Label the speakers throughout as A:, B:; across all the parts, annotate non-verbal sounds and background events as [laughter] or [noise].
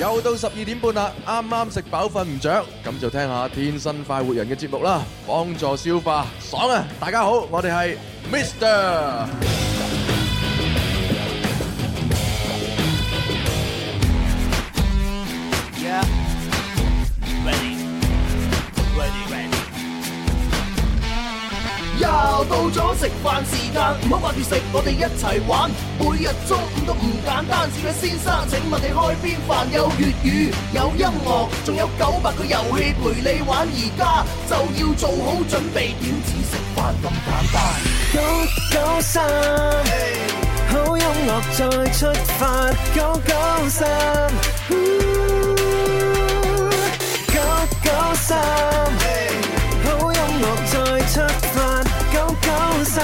A: 又到十二點半啦，啱啱食飽瞓唔着，咁就聽下天生快活人嘅節目啦，幫助消化，爽啊！大家好，我哋係 Mr。
B: Yeah. Ready. Ready. Ready.
C: 又到咗食飯時間，唔好掛住食，我哋一齊玩。每日中午都唔簡單，小嘅先生，請問你開邊飯？有粵語，有音樂，仲有九百個遊戲陪你玩。而家就要做好準備，點止食飯咁簡單？
D: 九九三，好音樂再出發，九九三，九九三，好音樂再出發，九九三。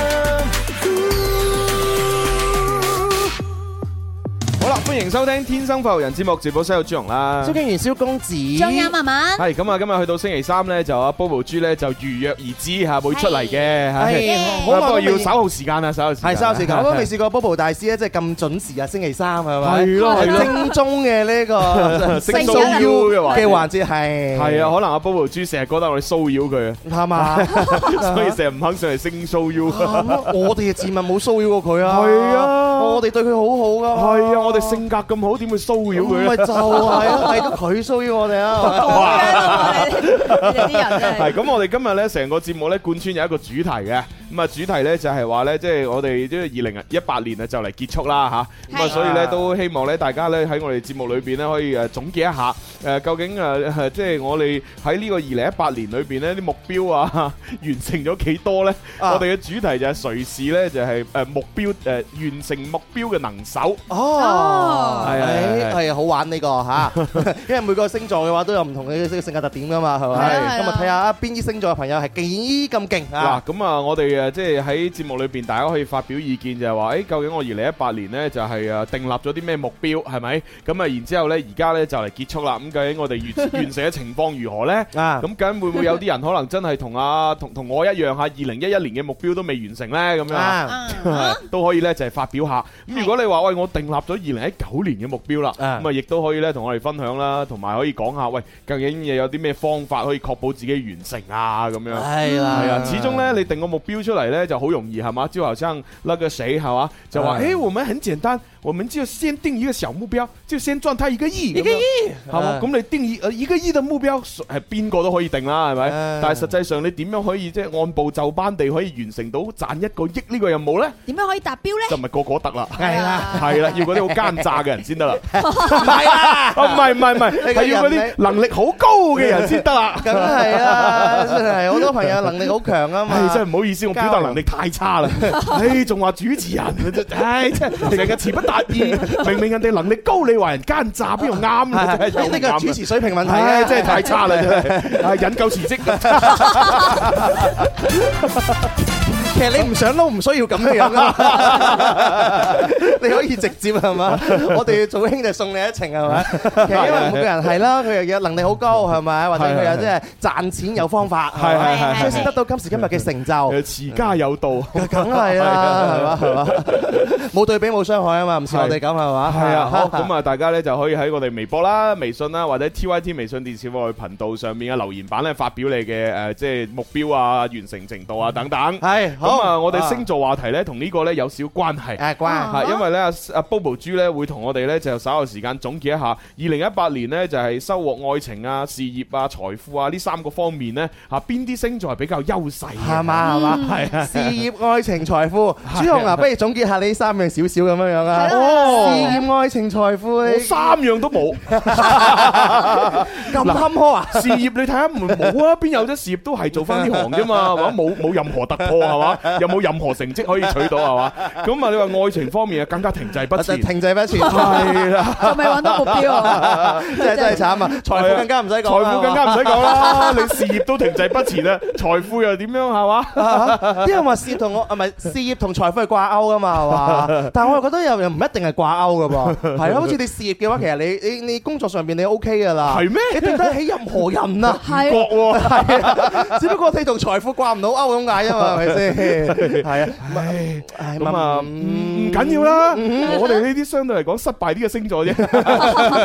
E: 好啦，歡迎收聽《天生快活人》節目，直播室有朱容啦。
F: 蕭敬元、蕭公子，
G: 仲有文文，
E: 係咁啊！今日去到星期三咧，就阿 Bobo 豬咧就如約而至嚇，會出嚟嘅。係
F: 係
E: 啊
F: 好耐
E: 不過
F: 都未
E: 要稍後時間啊，稍後時間
F: 係三時間，我都未
E: 係
F: 試過 Bobo 大師咧，即係咁準時啊，星期三係咪？
E: 係咯係咯
F: 正宗嘅
E: [laughs]
F: 呢個
E: 性
G: 騷擾
E: 嘅
F: 嘅
E: 環
F: 環節係
E: 係啊，可能阿 Bobo 豬成日覺得我哋騷擾佢啊。
F: 係嘛？
E: [laughs] 所以成日唔肯上嚟升 show U。
A: [laughs]
F: [laughs] 咁我哋自問冇騷擾過佢啊，
E: 係啊
F: 我哋對佢好好噶，
E: 係啊，我哋性格咁好，點會騷擾
F: 唔
E: 佢
F: 咪
E: 咧
F: 就？係咯，係到佢騷擾我哋
A: Ờ,
F: 啊！
G: 咁樣咯你哋啲人真
E: [laughs] 係
G: 係。
E: 咁，我哋今日咧成個節目咧貫穿有一個主題嘅，咁啊主題咧就係話咧，即係我哋即係二零一八年啊就嚟結束啦吓，咁啊
G: 係
E: 所以咧都希望咧大家咧喺我哋節目裏邊咧可以誒總結一下誒究竟誒誒 [laughs] 即係我哋喺呢個二零一八年裏邊咧啲目標啊 [laughs] 完成咗幾多咧？
F: 啊
E: 我哋嘅主題就係誰是咧就係誒目標誒完成目標嘅能手。
F: 哦，
E: 係係係
F: 係係好玩呢個吓，因為每個星座嘅話都有唔同嘅性格特點噶嘛，係咪？
G: 係啊係啊
F: 咁啊睇下邊啲星座嘅朋友係幾咁勁
E: 嗱，
F: 啊！
E: 咁啊，我哋誒即係喺節目裏邊，大家可以發表意見，就係話，誒究竟我二零一八年呢，就係誒定立咗啲咩目標，係咪？咁啊，然之後呢，而家呢，就嚟結束啦。咁究竟我
F: [laughs]
E: 哋完完成嘅情況如何呢？
F: 啊
E: 咁究竟會唔會有啲人可能真係同啊同同我一樣嚇，二零一一年嘅目標都未完成呢？咁樣啊
F: 啊！
G: À,
E: 都可以呢，就係發表下。咁
G: 係
E: 如果你話喂，我定立咗二零一九年嘅目標啦，
F: 啊
E: 咁啊亦都可以呢，同我哋分享啦，同埋可以講下喂，究竟又有啲咩方法可以確保自己完成啊？咁樣。
F: 係啦，
E: 系啊，始终咧你定个目标出嚟咧就好容易系嘛，招好像那个谁系嘛，就话
F: 嗯
E: 诶我们很简单，我们就先定一个小目标，就先赚他一个亿，一个亿系嘛，
F: 嗯
E: 咁你定一呃一个亿嘅目标系边个都可以定啦，系咪
F: 嗯？
E: 但系實際上你點樣可以即係按部就班地可以完成到賺一個億呢個任務咧？
G: 點樣可以達標
E: 就
G: 咧？
E: 唔係個個得啦，
F: 係啦，
E: 係啦，要嗰啲好奸詐嘅人先得
F: [laughs]
E: 啦。
F: 唔係啦，
E: 啊唔係唔係唔係，
F: 你個
E: 係要嗰
F: 人
E: 啲
F: 你
E: 能力好高嘅人先得啦。
F: 梗係啊，真係好多朋友能力好強啊
E: 唉，
F: 嘛，
E: 真係唔好意思，我表達能力太差啦。唉，仲話主持人，唉，真係成日詞不達 [laughs] 意。明明人哋能力高，你話人奸詐，邊度啱咧？真係
F: 呢個係主持水平問題
E: 唉，
F: 啊，
E: 真係太差啦，真係。唉，引咎辭職。
F: 其實你唔想撈，唔需要咁樣樣噶，你可以直接係嘛？我哋做兄弟送你一程係咪？其實因為每個人係啦，佢又有能力好高係咪？或者佢又即係賺錢有方法，係咪
E: 係係係
F: 所以先得到今時今日嘅成就
E: 誒，。持家有道。
F: 哦 [laughs] 梗
E: [laughs]
F: 係啦，係嘛係嘛？冇對比冇傷害啊嘛，唔似我哋咁係嘛？
E: 係
F: [laughs]
E: 啊，好咁啊，大家咧就可以喺我哋微博啦、微信啦，或者 T Y T 微信電視服務頻道上面嘅留言版咧，發表你嘅誒，即係目標啊、完成程度啊等等。
F: 嗯係好
E: 咁啊，我哋星座話題咧，同呢個咧有少關係。
F: 誒啊關
G: Ờ.
E: 係，因為咧阿阿 Bobo 豬咧會同我哋咧就稍後時間總結一下二零一八年呢，就係收穫愛情啊、事業啊、財富啊呢三個方面呢，嚇邊啲星座係比較優勢嘅
F: 係？嘛係嘛？
E: 係啊，
F: 事業、愛情、財富，朱紅啊，不如總結下呢三樣少少咁樣樣啊。
G: 係啦
F: 哦，事業、愛情、財富，
E: 我三樣都冇。 [laughs]
F: 咁坎坷啊！
E: 事業你睇下冇冇啊？邊有啫？事業都係做翻呢行啫嘛，係嘛？冇冇任何突破係嘛？又冇任何成績可以取到係嘛？咁啊，你話愛情方面啊，更加停滯不
F: 我就
E: 前。
F: 停滯不前，
E: [laughs]
F: 啊
E: 係啦。
G: 仲未揾到目標啊！
F: 真係真係慘啊！ [laughs] 財富更加唔使講，啊
E: 財富更加唔使講啦，你事業都停滯不前啦，財富又點樣係嘛？
F: [laughs] 加，因為話事業同我啊
E: [laughs]
F: 唔係事業同財富係掛鈎噶嘛，係嘛？但係我又覺得又又唔一定係掛鈎噶
E: 啊
F: 噃，係咯，好似你事業嘅話，其實你你你工作上邊你 OK 噶啦，
E: 係咩
F: 你對得起任何人啊，
E: [laughs]
G: 係
E: 覺喎。
F: 係啊，只不過你同財富掛唔到鈎咁解啫嘛，係咪先？係啊，唉，
E: 咁啊，唔
F: 嗯，
E: 唔緊要啦，我哋呢啲相對嚟講失敗啲嘅星座啫。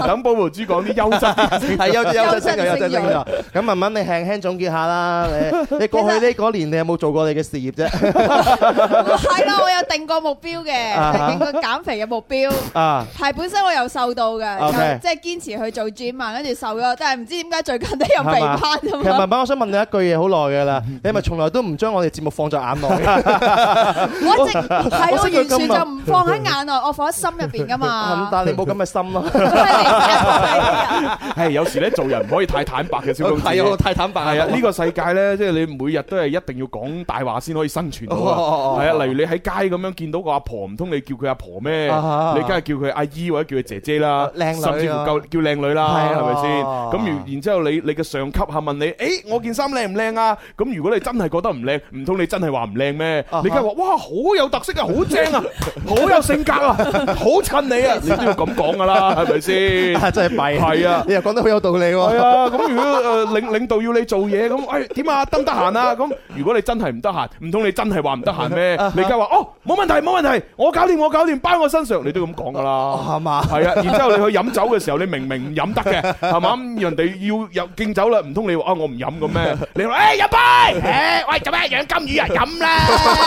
F: [laughs]
E: 等寶寶豬講啲優質嘅星座。
F: 係優質優
G: 優質
F: 質星座優質
G: 星座
F: 星座，咁文文你輕輕總結下啦，你你過去呢嗰年你有冇做過你嘅事業啫？ [laughs]
G: 係啦，我有定過目標嘅，
F: 啊哈
G: 定個減肥嘅目標。
F: 啊，
G: 係本身我有瘦到嘅
F: OK
G: 有即係堅持去做 gym 啊，跟住瘦咗，但係唔知點解最近都有肥翻
F: 其
G: 咁
F: 實
G: 啊！
F: 文文，我想問你一句嘢好耐㗎啦，你係咪從來都唔將我哋節目放在眼內？
G: 我一直係
F: 我
G: 我
F: 識佢
G: 完全
F: 咁啊
G: 就唔放喺眼內，我放喺心入邊噶
F: 咁
G: 嘛。
F: 但係你冇咁嘅心咯。
G: [laughs] 真係你真係呢啲
F: [laughs]
G: 人
E: 係有時咧做人唔可以太坦白嘅，小公子。
F: 係啊，太坦白
E: 係啊，呢 [laughs] 個世界咧，即係你每日都係一定要講大話先可以生存到
F: 哦哦
E: 啊。
F: 哦
E: 係啊，例如你喺街咁樣見到個阿婆，唔通你叫佢阿婆咩？
F: 啊啊啊
E: 你梗係叫佢阿姨或者叫佢姐姐啦，
F: 靚女啊
E: 甚至乎夠叫靚女啦，
F: 係啊
E: 係咪先？咁然然之後，你你嘅上級下問你，誒我件衫靚唔靚啊？咁如果你真係覺得唔靚，唔通你真係話唔靚咩？
F: 啊
E: 你梗係話哇好有特色啊，好正啊，好有性格啊，好襯
F: [laughs]
E: 你啊，你都要咁講噶啦，係咪先？
F: 啊 [laughs] 真係弊，
E: 係啊
F: 你又講得好有道理
E: 系
F: 喎。
E: 啊，咁如果诶領領導要你做嘢咁，哎點啊得唔得閒啊？咁 à." 如果你真係唔得閒，唔通你真係話唔得閒咩？你梗係話哦冇問題冇問題，我搞掂我搞掂，包我身上，你都咁講噶啦。
F: 哦 [laughs] 係嘛？
E: 係啊，然之後你去飲酒嘅時候，你明明唔飲得嘅，係嘛？咁人哋要有敬酒啦，唔通你話啊我唔飲咁咩？你話誒飲杯，誒喂做咩養金魚啊飲啦，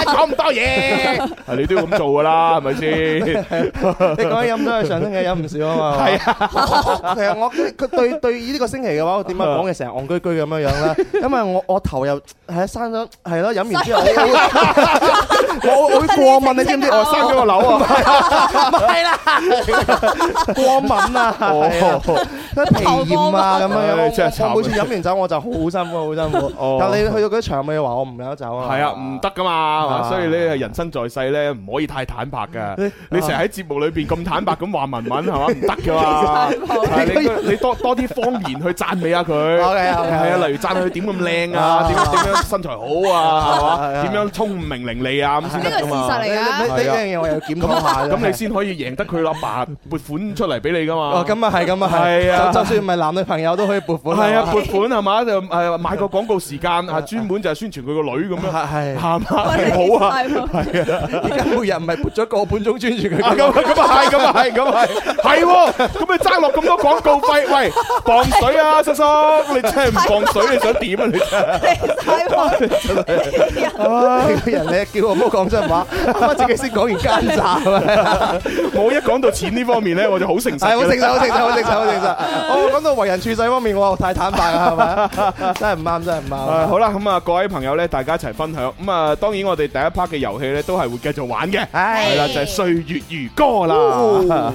E: 講咁多嘢，係你都要咁做噶啦，係咪先？
F: 你講起飲都係上升嘅，飲唔少啊嘛。係啊， [laughs] 其實我佢對對呢個星期嘅話，我點解啊講嘅成日戇居居咁樣樣咧？因為我我頭又係啊生咗係咯，飲完之後我會我我會過敏，你知唔知？
G: 我生咗個
F: 瘤啊！係啦，過敏啊，係啊啲皮炎啊咁樣樣。
E: 唉真係
F: 我
E: 慘
F: 我每次飲完酒我就好辛苦，好
E: 哦
F: 辛苦。但係你去到嗰啲場咪話我唔飲酒啊？
E: 係啊，唔得噶嘛，
F: 啊
E: 所以咧人生在世咧唔可以太坦白噶。 [laughs] 你成日喺節目裏邊咁坦白咁話文文係嘛，唔得噶嘛。 [laughs] 係你你多多啲方言去讚美下佢。[laughs]
F: OK，OK，OK
E: 係啊，例如讚佢點咁靚啊，
F: 啊
E: 點點樣身材好 [laughs] 啊，係嘛，
F: 係啊
E: 點樣聰明伶俐啊咁先
G: 呢個
E: 得
G: 事
E: 噶嘛。
G: 實嚟㗎。
F: 呢呢呢樣嘢我又檢討下
E: 咁你先可以贏得佢阿爸撥款出嚟俾你噶嘛
F: 哦，。咁啊係，咁啊
E: 係啊
F: 係，就就算唔係男女朋友都可以撥款。
E: 係啊，撥款係嘛，就誒買個廣告時間啊，專門就係宣傳佢個女咁樣，
F: 係
E: 係嘛，幾好啊！
F: 而家每日唔係撥咗個半鐘專注佢
E: 啊咁啊咁啊係，咁啊係，咁啊係，係喎，咁你爭落咁多廣告費，
F: [laughs]
E: 喂，磅水啊，叔叔，你真係唔磅水，你想點啊你真係？
G: 太好啦，
F: 呢個人你叫我唔好講真話，啱啱自己先講完奸詐啊！ [laughs]
E: 我一講到錢呢方面咧，我就好誠實
F: 係好誠
E: 嘅。
F: 實，好誠實，好誠實，好誠實。我講到為人處世方面，我太坦白啦，係咪 [laughs] 啊？真係唔啱，真係唔
E: 誒
F: 啱。
E: 好啦，咁啊，各位朋友咧，大家一齊分享。咁啊，當然我哋第一 part 嘅遊戲咧，都係會繼續玩嘅。
F: 唉
E: 係啦，就係歲月如歌啦。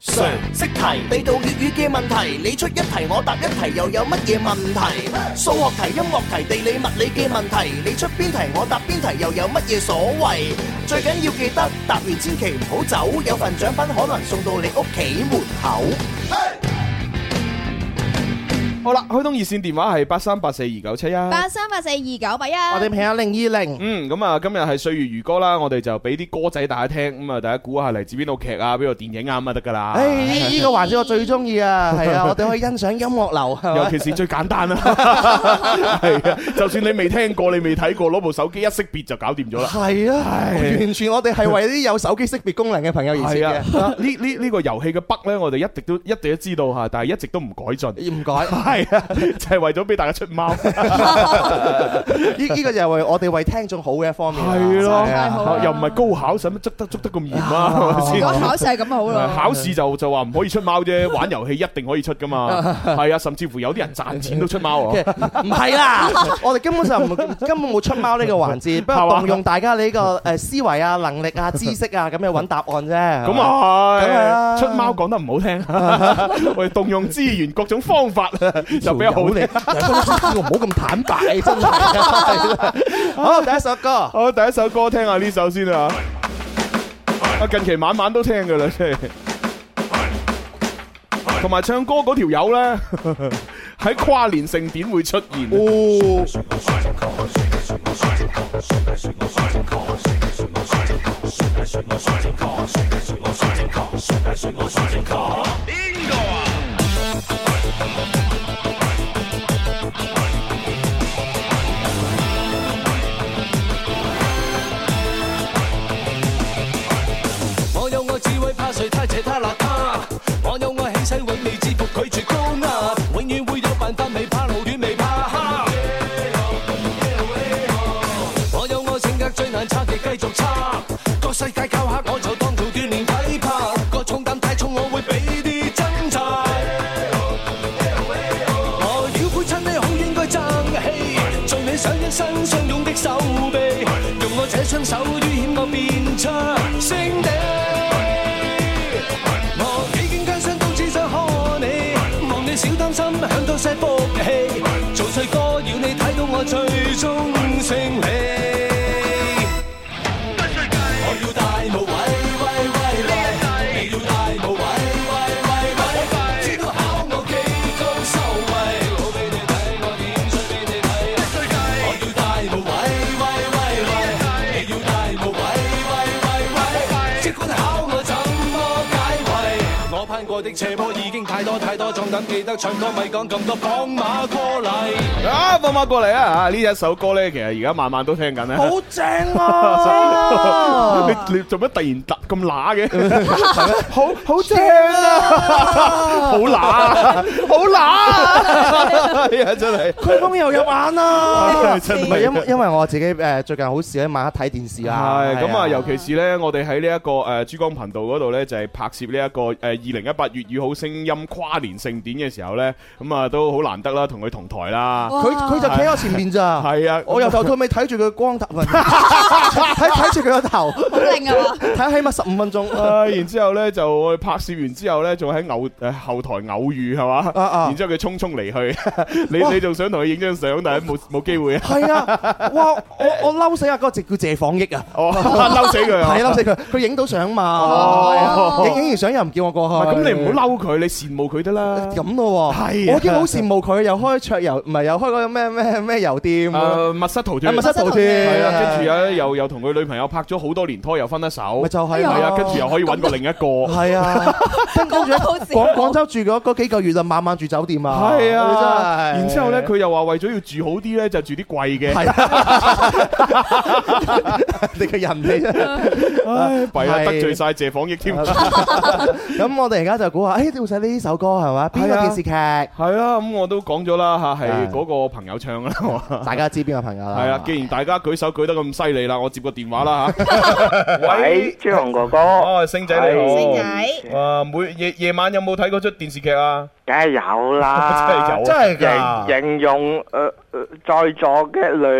C: 常識題，地道粵語嘅問題，你出一題我答一題，又有乜嘢問題？數學題、音樂題、地理、物理嘅問題，你出邊題我答邊題，又有乜嘢所謂？最緊要記得答完千祈唔好走，有份獎品可能送到你屋企門口。
E: 好啦，開通熱線電話係八三八四二九七一。
G: 八三八四二九八一，
F: 我哋平下零二零。
E: 嗯，咁啊，今日係歲月如歌啦，我哋就俾啲歌仔大家聽，咁啊，大家估下嚟自邊套劇啊，邊套電影啱啊，得噶啦。
F: 唉，呢個環節我最中意啊！係
E: [laughs]
F: 啊，我哋可以欣賞音樂流，係
E: 尤
F: 咪？
E: 其是最簡 [laughs] 單啦，係啊，就算你未聽過，你未睇過，攞部手機一識別就搞掂咗啦。
F: 係啊，完全我哋係為啲有手機識別功能嘅朋友而設
E: 係啊
F: 嘅。，
E: 呢呢呢個遊戲嘅北呢，我哋一直都一直都知道嚇，但係一直都唔改進。
F: 唔改，呢
E: 係啊，就係為咗俾大家出貓。
F: 呢個就係為我哋為聽眾好嘅一方面啊。
E: 係
F: 係啊
E: 咯，又唔係高考，使乜捉得捉得咁嚴啊？係
G: 如果
E: 咪先？
G: 考試係咁好咯，
E: 考試就就話唔可以出貓啫，玩遊戲一定可以出 [laughs] 噶嘛。係啊，甚至乎有啲人賺錢都出貓啊。
F: 唔係啦，我哋根本上唔根本冇出貓呢個環節，不
E: 係
F: 過
E: 嘛
F: 動用大家呢個誒思維啊、能力啊、知識啊咁樣揾答案啫。
E: 咁啊
F: 咁啊
E: 係，出貓講得唔好
F: [laughs]
E: 聽，我哋動用資源各種方法就比較好
F: 你，
E: 聽。
F: 我唔好咁坦白，真係。好，第一首歌，
E: 好，第一首歌聽下呢首先啊，啊近期晚晚都聽噶啦，真係。同埋唱歌嗰條友
F: [laughs]
E: 咧，喺跨年盛典會出現。
F: 哦，
E: Hãy subscribe cho kênh Ghiền Mì Gõ Để không bỏ lỡ
H: 拒絕高壓，永遠會有辦法，未怕老遠，未怕黑。我有我性格最難測嘅，繼續測。個世界靠下我就當做鍛鍊體魄，個重擔太重，我會俾啲掙扎。我要配襯你好應該爭氣，最美上一身相擁的手臂，用我這雙手於險惡變出勝地。我幾經艱辛都只想呵你，望你少擔心，享到些福氣。做帥哥要你睇到我最終勝利。我要大無畏，喂喂喂，你要大無畏，喂喂喂，知道考我幾高收位，好俾你睇我點衰俾你睇。我要大無畏，喂喂喂，你要大無畏，喂喂喂，即管考我怎麼解圍。我攀過的斜坡已經太多太多，壯膽記得唱歌咪講咁多，放馬過嚟。
E: 啊，放馬過嚟啊！啊呢一首歌咧，其實而家晚晚都聽緊咧。
F: 好正
E: [laughs]
F: 啊！
E: 你你做乜突然突咁乸嘅？好好正啊！好乸 [laughs] 啊，好乸啊！哎呀，真係
F: 佢風又入眼啊啦，
E: 真係
F: 唔係因為因為我自己誒最近好少喺晚黑睇電視啦，
E: 係咁
F: 係
E: 啊！尤其是咧，我哋喺呢一個誒珠江頻道嗰度咧，就係拍攝呢一個誒二零一八粵語好聲音跨年盛典嘅時候咧，咁啊都好難得啦，同佢同台啦。
F: 佢佢就企喺我前面咋，
E: 係啊
F: 我由頭到尾睇住佢光頭，
E: [laughs]
F: 唔係睇睇住佢個
G: 好
F: 頭，
G: 靚啊嘛！
F: 睇起碼十五分 [laughs] 鐘。
E: 啊！然之後咧就我哋拍攝完之後咧，仲喺偶誒後台偶遇係嘛？
F: 啊啊
E: 然之後佢匆匆離去， [laughs] 你
F: 哇
E: 你仲想同佢影張相，但係冇冇機會啊！
F: [laughs] 係啊，哇！我我嬲死啊！嗰個直叫謝放益啊，
E: 哦，嬲死佢啊！
F: 係嬲死佢，佢影到相嘛啊
E: 哦，
F: 影影完相又唔叫我過去。
E: 咁你唔好嬲佢，你羨慕佢得
F: [laughs]
E: 啦。
F: 咁咯喎，
E: 係啊
F: 我已經好羨慕佢，又開桌遊，唔係又開嗰個咩咩咩油店咁樣，
E: 誒密室逃
F: 啊
E: 脱，
F: 密室逃脱
E: 係啊，跟住
F: 啊，
E: 又又又同佢女朋友拍咗好多年拖，又分得手
F: 咪，就係
G: 哎呀
E: 係啊，
F: 咯
E: 跟住又可以揾過另一個。
F: 係啊，跟跟住
G: 講得好笑
F: 廣廣州住嗰嗰幾個月啊，晚晚住酒店 [laughs] 啊，
E: 係啊，
F: 真係
E: 然之後咧，佢又話為咗要住好啲咧，就住啲貴嘅，
F: 係啊 [laughs] 你嘅人
E: [laughs]
F: 嚟啫。
E: 唉，弊啦，
F: 係
E: 得罪晒謝房益
F: [laughs]
E: 添。
F: 咁我哋而家就估下，誒，老細呢首歌係嘛？邊個
E: 係啊
F: 電視劇？
E: 係啦，咁我都講咗啦嚇，係
F: 係
E: 嗰個朋友唱啦。
F: 大家知邊個朋友啦？
E: 係啦，既然大家舉手舉得咁犀利啦，我接個電話啦嚇。
I: 喂，哎朱紅哥哥，哎
E: 哦，星仔你
I: Ờ,
E: 好。
G: 嗯星仔
E: 哇，每夜夜晚有冇睇嗰出電視劇啊？
I: 梗係有啦，
E: [laughs] 真
F: 係
I: 形形容誒誒在座嘅兩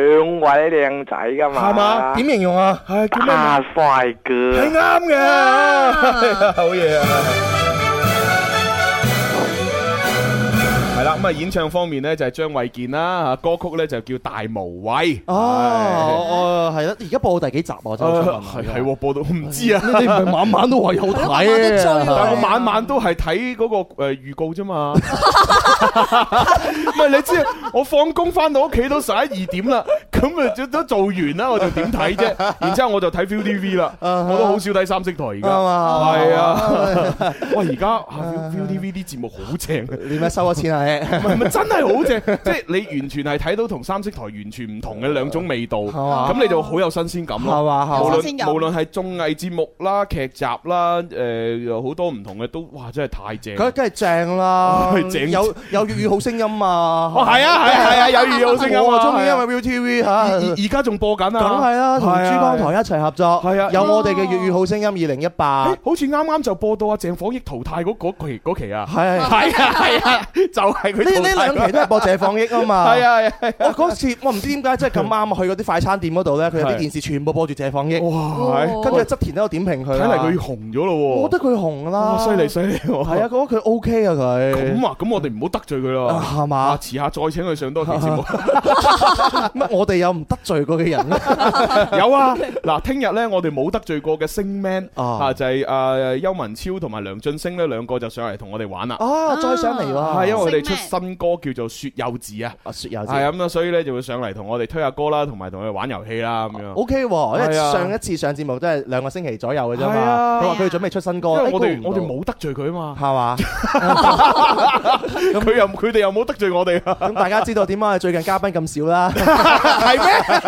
I: 位靚仔噶嘛，
E: 係嘛
F: 點形容啊？
E: 係叫咩名？
I: 大帥
E: 係啊
I: 哥，
E: 啱嘅，好嘢啊！係啦，咁啊演唱方面咧就係張衛健啦，歌曲咧就叫《大無畏》。
F: 哦，哦，係啦，而家播到第幾集啊？我真係想問
E: 係係喎，播到我唔知啊，
F: 你唔係晚晚都話有
G: 係咯晚晚都追喎
F: 睇
E: 但我晚晚都係睇嗰個誒預告啫
F: [laughs]
E: 嘛。唔係你知，我放工翻到屋企都十一二點啦，咁啊都做完啦，我就點睇
F: [laughs]
E: 啫？然之後我就睇 ViuTV 啦，我都好少睇三色台而家。
F: 啊嘛？
E: 係
F: [laughs]
E: 啊，喂，而家啊 ViuTV 啲節目好正啊！
F: 你咪收咗錢啊？
E: [laughs] 唔係唔係真係好正，即係你完全係睇到同三色台完全唔同嘅兩種味道，
F: 嘛
E: 咁你就好有新鮮感
F: 你係
E: 咯。
F: 嘛？係
E: 無
F: 嘛？
G: 新鮮
E: 論
G: 感
E: 無論係綜藝節目啦、劇集啦，誒有好多唔同嘅都，哇！真係太正。，
F: 佢梗係正啦
E: 正
F: 有有粵語好聲音啊！
E: 哦，係啊，係啊係啊，有粵語好聲音啊！
F: 我中意
E: 係
F: 因
E: 啊
F: 為 Viu TV
E: 而而
F: 嚇。
E: 而家仲播緊
F: 梗
E: 啊！
F: 係啦，同
E: 係啊
F: 珠江台一齊合作，
E: 係啊
F: 有我哋嘅粵語好聲音二零一八
E: 誒，好似啱啱就播到阿鄭火益淘汰嗰嗰期嗰期啊！
F: 係
E: 係啊係啊，就係佢
F: 呢呢
E: 淘汰
F: 兩期都係播謝放益啊嘛。
E: 係，啊係啊！
F: 我嗰次我唔知點解真係咁啱去嗰啲快餐店嗰度咧，佢有啲電視全部播住謝放益，
E: 哇！係
F: 跟住側田都有點評佢
E: 睇
F: 啦。
E: 嚟佢紅咗咯喎！
F: 我覺得佢紅啦，
E: 哇！犀利犀利喎！
F: 係啊，覺得佢 OK 啊佢。
E: 咁啊，咁我哋唔好得罪佢
F: 啊
E: 啦，
F: 係
E: 啊，
F: 嘛？
E: 遲下再請佢上多期節
F: [laughs]
E: 目。
F: 乜我哋有唔得罪過
E: [laughs]
F: 嘅人咧？
E: 有啊，嗱，聽日咧我哋冇得罪過嘅星 man
F: 啊
E: 啊，就係誒邱文超同埋梁俊升呢兩個就上嚟同我哋玩啦。
F: 啊，再上嚟啦！
E: 係因為我哋出
G: 星 man
E: 新歌叫做《雪幼稚》啊，
F: 啊，雪友
E: 係啊咁啊，所以咧就會上嚟同我哋推下歌啦，同埋同佢哋玩遊戲啦咁樣。
F: O K 喎，因為
E: 係啊
F: 上一次上節目都係兩個星期左右嘅啫
E: 係啊
F: 嘛。佢話佢準備出新歌，
E: 因為我
F: 哎
E: 哋
F: 估唔
E: 我
F: 到
E: 哋冇得罪佢啊嘛， [laughs]
F: 係嘛？
E: 佢又佢哋又冇得罪我哋啊。
F: [laughs] 咁大家知道點解最近嘉賓咁少啦？係咩？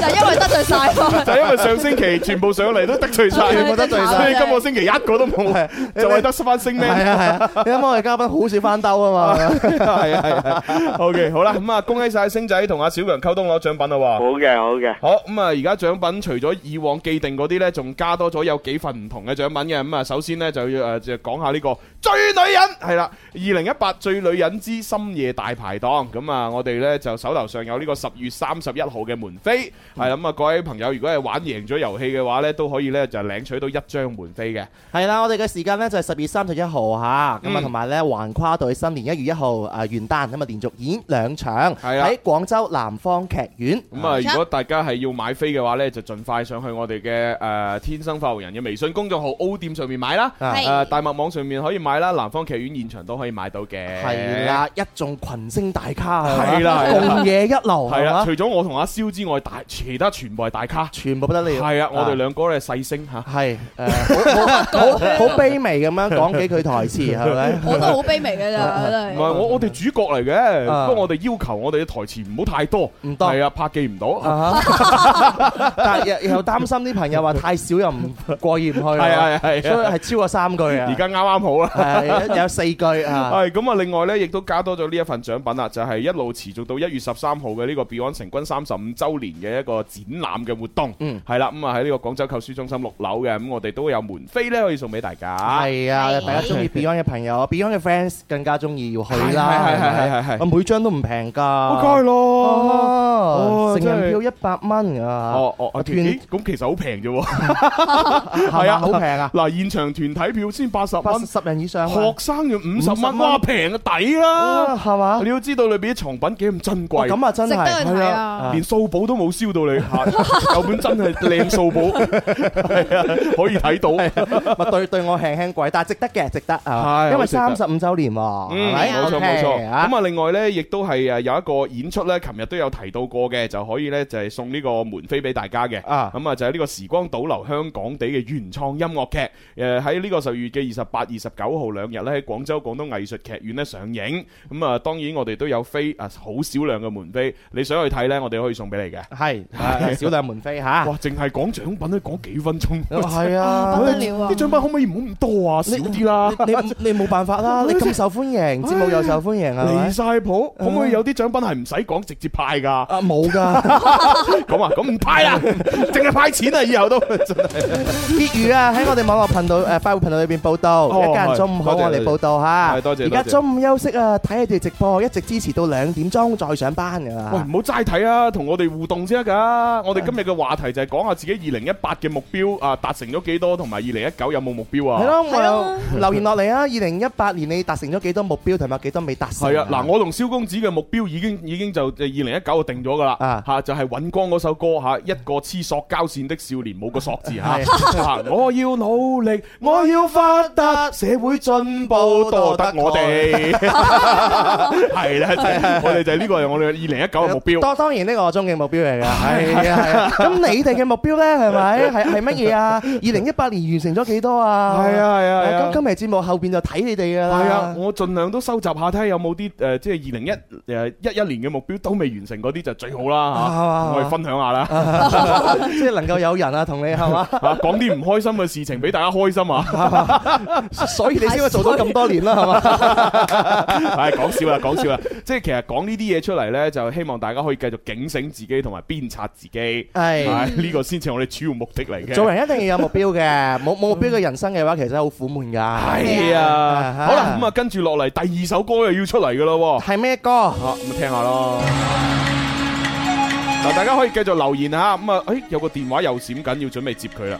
G: 就係因為得罪晒我。
E: 就因為上星期全部上嚟都得罪
F: [laughs]
E: 晒，
G: 全部得罪晒
E: 所以今個星期一個都冇，就係得翻星咩？
F: 係啊係啊，你諗下我哋嘉賓好少翻兜啊嘛。
E: [laughs] 係啊係啊，OK 好啦，咁啊恭喜晒星仔同阿小強溝通攞獎品啦喎！
I: 嘅，好嘅，
E: 好咁啊！而家獎品除咗以往既定嗰啲呢，仲加多咗有幾份唔同嘅獎品嘅。咁啊，首先呢，就要誒就講下呢個最女人係啦，二零一八最女人之深夜大排檔。咁啊，我哋呢，就手頭上有呢個十月三十一號嘅門飛，係啦咁啊，各位朋友如果係玩贏咗遊戲嘅話呢，都可以呢，就領取到一張門飛嘅。
F: 係啦，我哋嘅時間呢就係十月三十一號嚇，咁啊
E: 嗯
F: 同埋呢橫跨到去新年一月一號誒元旦，咁啊連續演兩場
E: 係啦
F: 喺廣州南方劇院。
E: 咁啊，如果大家係要買飛嘅話呢，就盡快上去我哋嘅誒天生發育人嘅微信公眾號 O 店上面買啦。
F: 啊
E: 誒、大麥網上面可以買啦，南方劇院現場都可以買到嘅。
F: 係。啦，一眾群星大咖
E: 係啦係啦
F: 共夜一流係
E: 係啦，
F: 啦，
E: 除咗我同阿蕭之外，大其他全部係大咖。
F: 啊全部不得了。
E: 係啊，我哋兩個咧細星吓。
F: 係誒，好好好好卑微咁樣講幾句台詞係咪？
G: 我都好卑微嘅咋，
E: 唔
G: 真係。
E: 係我我哋主角嚟嘅，
F: 啊
E: 不過我哋要求我哋嘅台詞唔好太多，
F: 唔多
E: 係啊，拍記唔到。
F: 啊 [laughs] 哈但係又又擔心啲朋友話太少又唔過意唔去，
E: 係啊係啊
F: 所以係超過三句啊
E: 而。家啱啱好啦。
F: 係有四句啊。
E: 係咁啊！另外呢，亦都加多咗呢一份獎品啦，就係一路持續到一月十三號嘅呢個 Beyond 成軍三十五周年嘅一個展覽嘅活動。
F: 嗯
E: 係啦，咁啊喺呢個廣州購書中心六樓嘅，咁我哋都有門飛呢，可以送俾大家。
F: 係啊，
G: 係
F: 大家中意 Beyond 嘅朋友，Beyond 嘅 fans 更加中意要去
E: 係係係
F: 啦。
E: 係係係
F: 我每張都唔平㗎。
E: 好梗係
F: Ờ,
E: 咯。
F: 啊哦
E: 哦
F: 成人
E: 真係
F: 票一百蚊啊！
E: 哦哦，啊
F: 我
E: 團
F: 斷
E: 咦咁其實好平啫喎。
F: 係
E: 係啊
F: 啊，好平啊，
E: 嗱，現場團體票先八十
F: 八
E: 蚊，
F: 十人以上啊
E: 學生要五十
F: 50
E: 蚊，
F: 蚊
E: 哇平啊抵
F: 啊
E: 啦！
F: 係嘛？
E: 你要知道裏邊啲藏品幾咁珍
F: 哦
E: 貴。
F: 咁啊，真係
G: 值得去睇啊
E: 連數簿都冇燒
F: [laughs]
E: 到你，嚇有本真係靚數簿，係啊，可以睇 [laughs] 到。
F: 咪對對我輕輕貴，但係值得嘅，值得啊！
E: 係
F: 因為
E: 好值得
F: 三十五週年喎，係
E: 嗯，
F: 咪？
E: 冇錯
F: OK，
E: 冇錯。
F: 啊
E: 咁啊，另外呢，亦都係誒有一個演出呢，琴日都有提到過嘅，就可以呢，就係送呢個門飛俾大家嘅。
F: 啊
E: 咁啊，就係呢個時光倒流香港地嘅原創音樂劇，誒喺呢個十月嘅二十八、二十九號兩日呢，喺廣州廣東藝術劇院呢上映。咁啊，當然我哋都有飛啊，好少量嘅門飛，你想去睇呢，我哋可以送俾你嘅。
F: [laughs] 係啊少量門飛嚇，
E: 哇，淨係講獎品都講幾分鐘。
F: 係啊
G: 不。得了啊
E: 啲！獎品可唔可以唔好咁多啊？少啲啦。
F: 你你冇辦法啦，你咁受歡迎，節目又受歡迎係
E: [laughs]
F: 咪
E: 離晒譜，可唔可以有啲獎品係唔使講直接派
F: [laughs]
E: 㗎？
F: 啊冇
E: [laughs]
F: 㗎。
E: 咁啊，咁唔派啦，淨係派錢啊！以後都真係
F: 結語啊！喺我哋網絡頻道誒快活頻道裏邊報道，
E: 哦
F: 一家人中午好
E: 係多謝
F: 我哋報道嚇。
E: 係多謝
F: 而家
E: 多謝
F: 中午休息啊，睇你哋直播，一直支持到兩點鐘再上班㗎
E: 喂，
F: 啦
E: 唔。好齋睇啊，同我哋互動先得㗎。我哋今日嘅話題就係講下自己二零一八嘅目標啊，達成咗幾多，同埋二零一九有冇目標
F: 係
E: 啊？
F: 咯，我留言落嚟啊！二零一八年你達成咗幾多目標，同埋有幾多未達成？
E: 係啊，嗱，我同蕭公子嘅目標已經已經就二零一九就定咗㗎
F: 啊
E: 啦，嚇就係尹光嗰首歌嚇，一個黐塑膠線的少年冇個索字嚇
F: 係，
E: 嚇我要努力，我要發達，社會進步多得我 [laughs] 哋，係啦，就係啊我哋就係呢個係我哋二零一九嘅目標。
F: 當當然呢個我終極目標嚟㗎，
E: [laughs]
F: 係啊係啊。咁你哋嘅目標咧係咪係係乜嘢啊？二零一八年完成咗幾多啊？
E: 係啊係啊係啊
F: 咁今期節目後邊就睇你哋㗎啦。
E: 係啊，我盡量都收集下，睇下有冇啲誒，即係二零一誒一一年嘅目標都未完成嗰啲就最好啦
F: 啊
E: 嚇，我哋分享 [laughs] 下啦嚇，
F: 即係能夠有人啊同你係
E: [laughs]
F: 嘛？
E: 講啲唔開心嘅事情俾大家開心啊！ [laughs]
F: 所以你先會做到咁多年啦，係嘛？
E: 唉，講笑啦，講笑啦，即係其實講呢啲嘢出嚟呢，就希望大家可以繼續警醒自己同埋鞭策自己，
F: 係。
E: [laughs] 係呢個先至係我哋主要目的嚟嘅。
F: 做人一定要有目標嘅，冇冇目標嘅人生嘅話，其實好苦悶㗎。
E: 係啊，
F: 啊
E: 好啦，咁啊跟住落嚟第二首歌又要出嚟噶咯，
F: 係咩歌？
E: 吓咁啊聽下咯。嗱，大家可以繼續留言吓，咁啊，誒有個電話又閃緊，要準備接佢啦。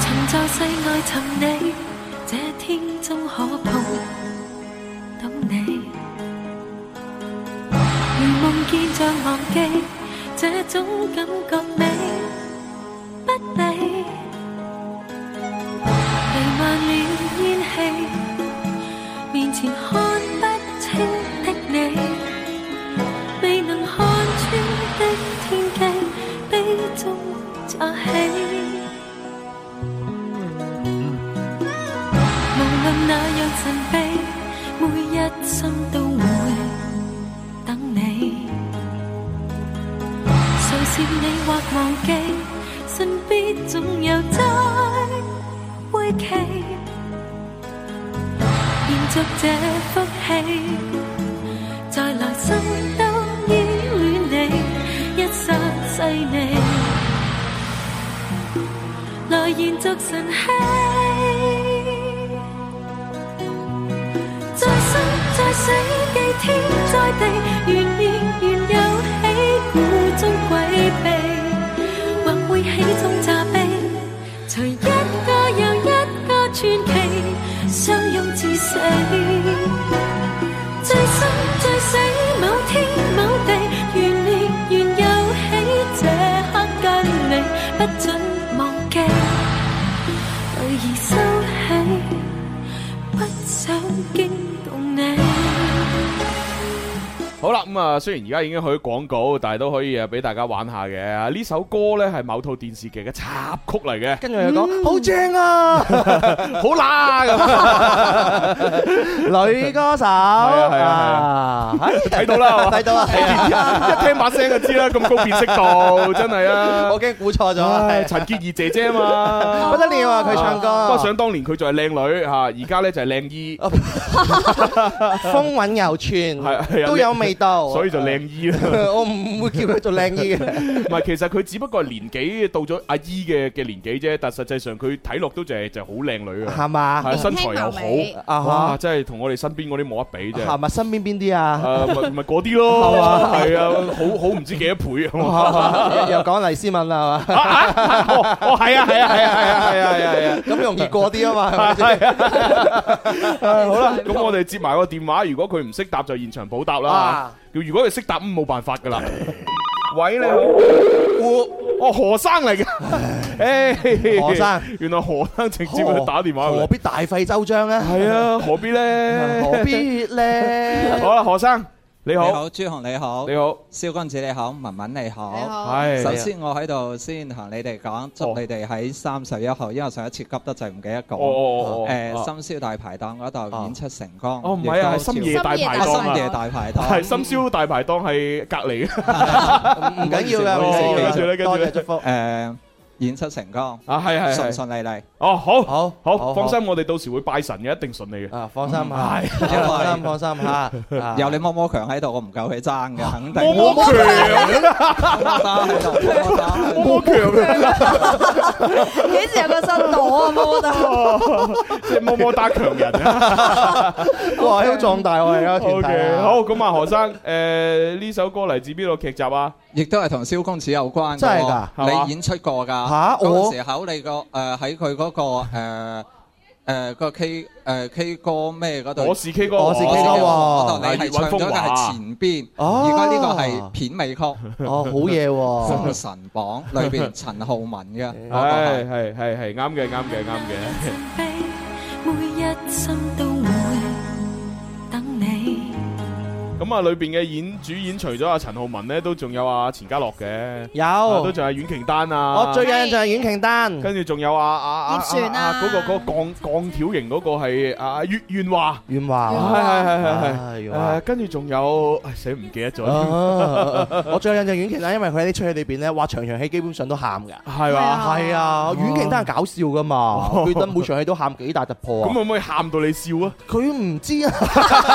J: 尋找世外尋你，這天中可碰到你。如夢見像忘記，這種感覺美不美？瀰漫了煙氣，面前看不清的你。那樣神秘，每一心都會等你。誰是你或忘記，信必總有再會期，延續這福氣，在來生都依戀你，一生細膩，來延續晨曦。再生再死，祭天再地，願意願有起古中詭秘，或會喜中詐悲，隨一個又一個傳奇，相擁至死。醉生醉死，某天某地，願你願有起這刻跟你，不准忘記，淚兒收起。不想驚動你。
E: 好啦，咁、啊，雖然而家已經去咗廣告，但係都可以啊，俾大家玩下嘅。呢首歌呢係某套電視劇嘅插曲嚟 [laughs] 嘅，
F: 跟住又講好
E: [laughs]
F: 正啊，
E: 好啦 [laughs] 咁。
F: 女歌手
E: 係啊
F: 啊，
E: 睇到啦，係嘛
F: 睇
E: [laughs]
F: 到啦，
E: 一聽把聲就知啦，咁高辨識度，真 [laughs] 係啊！
F: 我驚估錯咗啊，
E: 唉陳潔儀姐姐啊 [laughs] 嘛，
F: 不得了啊！佢
E: 不
F: 唱
E: 過
F: 歌
E: 想當年佢就係靚 [laughs] 女嚇，而家呢就係靚姨，係係
F: 風韻猶存，
E: 啊
F: 都有味道，
E: 所以就靚姨啦。
F: [laughs] 我唔會叫佢做靚姨嘅。
E: [laughs] 唔係，其實佢只不過係年紀到咗阿姨嘅嘅年紀啫，但實際上佢睇落都就係就係好靚女啊，
F: 係嘛
E: 係身材
G: 年輕貌美
E: 又
F: 啊
E: 好，
F: 哈
E: 哇！真係同我哋身邊嗰啲冇得比啫。
F: 係咪身邊邊
E: [laughs]
F: 啲啊？
E: 誒咪咪嗰啲咯，係啊，好好唔知幾多倍啊嘛！
F: 又講黎思敏啦，係嘛？
E: [laughs] 哦哦，係 [laughs] 啊，係啊，係啊，係啊，係啊，係啊！
F: 咁容易過啲啊 [laughs] 嘛，係咪先？
E: 誒好啦，咁我哋接埋個電話，如果佢唔識答就現場補答啦
F: 啊。
E: 如果佢識答咁冇辦法噶啦。喂，你好，哦何生嚟嘅，誒
F: 何生，
E: 原來何生直接去打電話
F: 何
E: 嚟，
F: 必大費周章咧？
E: 係啊，何必咧？
F: [laughs] 何？必咧？
E: 好啦，何生，你
K: 你
E: 好，
K: 好，朱紅你好，
E: 你好，
K: 蕭公子你好，文文你
G: 你
F: 啊
K: 好。
G: 好，
E: 係
K: 首先我喺度先同你哋講，祝你哋喺三十一號，因為上一次急得滯唔記得講。
E: 哦哦哦哦，
K: 誒，深宵大排檔嗰度演出成功。
E: 哦唔係啊，
K: 亦都
E: 係深夜大排
K: 啊
E: 檔
K: 深
E: 啊
K: 夜。大排檔
E: 係。深宵大排檔係隔離
F: 唔緊要
E: 唔
F: 嘅，
E: 好意思
F: 唔緊要
E: 跟住咧跟
F: 嘅，
E: 住
F: 多
E: 咧
F: 謝祝福。
K: 誒，演出成功，
E: 啊，係係
K: 順
E: 係，
K: 順利利。
E: 哦好，
F: 好
E: 好放心，我哋到時會拜神嘅，一定順利嘅。
F: 啊，放心嚇，
K: 因為
F: 放心放心嚇，
K: 有你摸摸強喺度，我唔夠佢爭嘅，肯定。
E: 摸啊摸強，
K: 爭喺度，摸摸爭喺度
E: [laughs] 摸摸強啊，
G: 幾時有個新朵啊？摸得
E: 即係摸摸打強人啊！
F: 哇，好壯大我哋嗰個
E: O
F: 團體
E: K，
F: 啊，
E: 好咁啊，何生，誒呢首歌嚟自邊度劇集啊？
K: 亦都係同蕭公子有關嘅喎，
F: 真係㗎
E: 係嘛
K: 你演出過㗎
F: 吓
K: 嗰
F: 我
K: 陣時候你個誒喺佢嗰個誒誒個 K 誒 K 歌咩嗰度？
E: 我是 K 歌，
F: 我是 K 歌
K: 嗰
F: 喎
K: 度
E: 啊
K: 哦你係唱
E: 葉韻風
K: 咗，但
E: 華
K: 係前邊，
F: 哦
K: 而家呢個係片尾曲《
F: 哦，好嘢
K: 封
F: 喎，
E: [laughs]
K: 神榜》裏邊陳浩民嘅，我覺
E: 係
K: 得係
E: 係係係啱嘅，啱嘅，啱嘅。
J: 悲，每一心都會等你。
E: 咁啊，裏邊嘅演主演除咗阿陳浩文咧，都仲有阿錢嘉樂嘅，啊都
F: 有
E: 仲有阮瓊丹啊。
F: 哦我最有印象係阮瓊丹，
E: 跟住仲有啊啊啊
G: 葉璇啊
E: 嗰個嗰個鋼鋼條型嗰個係啊月願華，
F: 阮華
E: 係
G: 啊
E: 係係係係。
F: 啊袁華
E: 誒，跟住仲有，唉死唔記得咗添，
F: 啊我最有印象阮瓊丹，因為佢喺啲出戲裏邊咧，話場場戲基本上都喊㗎。
E: 係嘛？
F: 係啊，阮瓊丹係搞笑㗎嘛，
E: [laughs]
F: 佢得每場戲都喊幾大突破
E: 咁 [laughs]
F: 啊！
E: 可唔可以喊到你笑啊？
F: 佢唔知啊，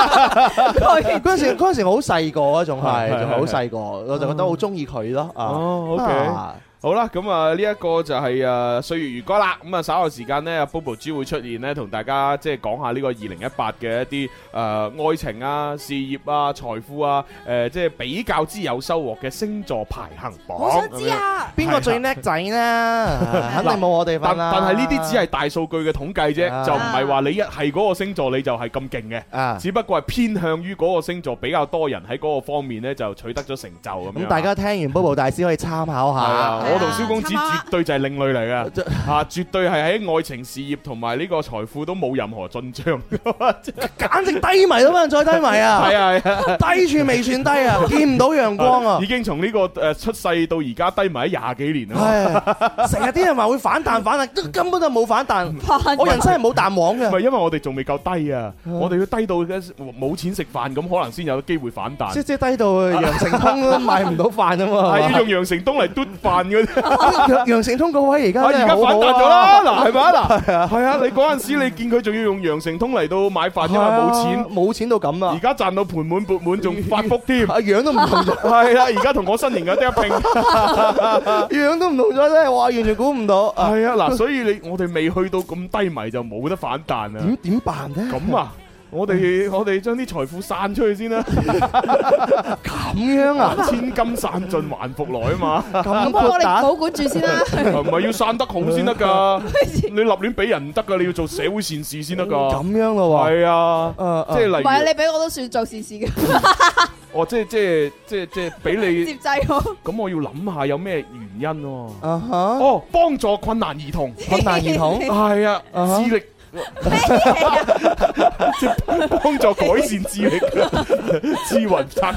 F: [laughs] 嗰陣時嗰陣時我好細個啊，仲係仲係好細個，我就覺得好中意佢咯啊！
E: 哦，OK。
F: 啊
E: 好啦，咁啊呢一個就係誒歲月如歌啦，咁啊稍後時間呢阿，Bobo 豬會出現呢，同大家即係講下呢個二零一八嘅一啲誒、呃愛情啊、事業啊、財富啊，誒、即係比較之有收穫嘅星座排行榜。
G: 好想知啊！
F: 邊個最叻仔呢？肯定冇我
E: 咁
F: 哋
E: 樣！但
F: 份啦。
E: 啊但係呢啲只係大數據嘅統計啫，
F: 啊
E: 就唔係話你一係嗰個星座你就係咁勁嘅，
F: 啊，
E: 只不過係偏向於嗰個星座比較多人喺嗰個方面呢，就取得咗成就咁樣。
F: 咁大家聽完 Bobo 大師可以參考
E: 係啊
F: 下，
E: 好我同蕭公子絕對就係另類嚟 [laughs] 噶，嚇絕對係喺愛情、事業同埋呢個財富都冇任何進 [laughs] 帳。
F: 簡直低迷都不能再低迷啊！
E: [laughs] 係啊係啊
F: 低處未算低
E: [laughs]
F: 啊，見唔到陽光啊！
E: 已經從呢個誒出世到而家低迷咗廿幾年啊啦。
F: 唉，成日啲人話會反彈反彈，都根本就冇 [laughs] 反彈。我人生係冇彈
E: [laughs]
F: 簧
E: 唔係
F: 嘅，
E: 因為我哋仲未夠低啊，我哋要低到嘅冇錢食飯咁，可能先有機會反彈。
F: 即即低到羊城通都買唔到飯啊
E: [laughs]
F: 嘛。[laughs]
E: 係要用羊城東嚟嘟飯嘅啫。
F: 羊羊城通嗰位而家
E: 啊！而
F: 真
E: 家
F: 係
E: 反
F: 好好
E: 彈咗
F: [laughs] 啊
E: 啦，嗱係咪啊？嗱係啊！你嗰陣時你見佢仲要用羊城通嚟到買飯，因為冇錢，
F: 冇錢到咁啊！
E: 而家賺到盆滿缽滿，仲發福
F: [laughs]
E: 添，
F: 啊樣都唔
E: [laughs]
F: 同咗，
E: 係啊啦！而家同我新年嘅得一拼，
F: [laughs] 樣都唔同咗，真係哇！完全估唔到。
E: [laughs] 係啊！嗱，所以你我哋未去到咁低迷就冇得反彈啊！
F: 點點辦呢？
E: 咁啊，我哋我哋將啲財富散出去先
F: [laughs]
E: 啦，[laughs]
F: 咁樣啊？
E: 千金散盡還復來啊嘛！
F: 咁
G: 咁我
F: 豁
G: 哋
F: 達
G: 保管住先啦。
E: 唔係要散得好先得㗎，你立亂俾人唔得㗎，你要做社會善事先得㗎。
F: 嗯咁嗯樣咯喎。
E: 係啊，
F: 誒
E: 即係
G: 唔係啊，
E: 例
G: 你俾我都算做善事嘅，
E: 如，哦，即係即係即係即係俾
G: 接
E: 你，
G: 濟我。
E: 咁我要諗下有咩原因喎？
F: 啊哈，
E: 哦，幫助困難兒
F: [laughs]
E: 童，
F: 困難兒童。
E: 係啊，
F: 啊哈
E: 智
F: [laughs]
E: 力。即係幫助改善智力，智雲策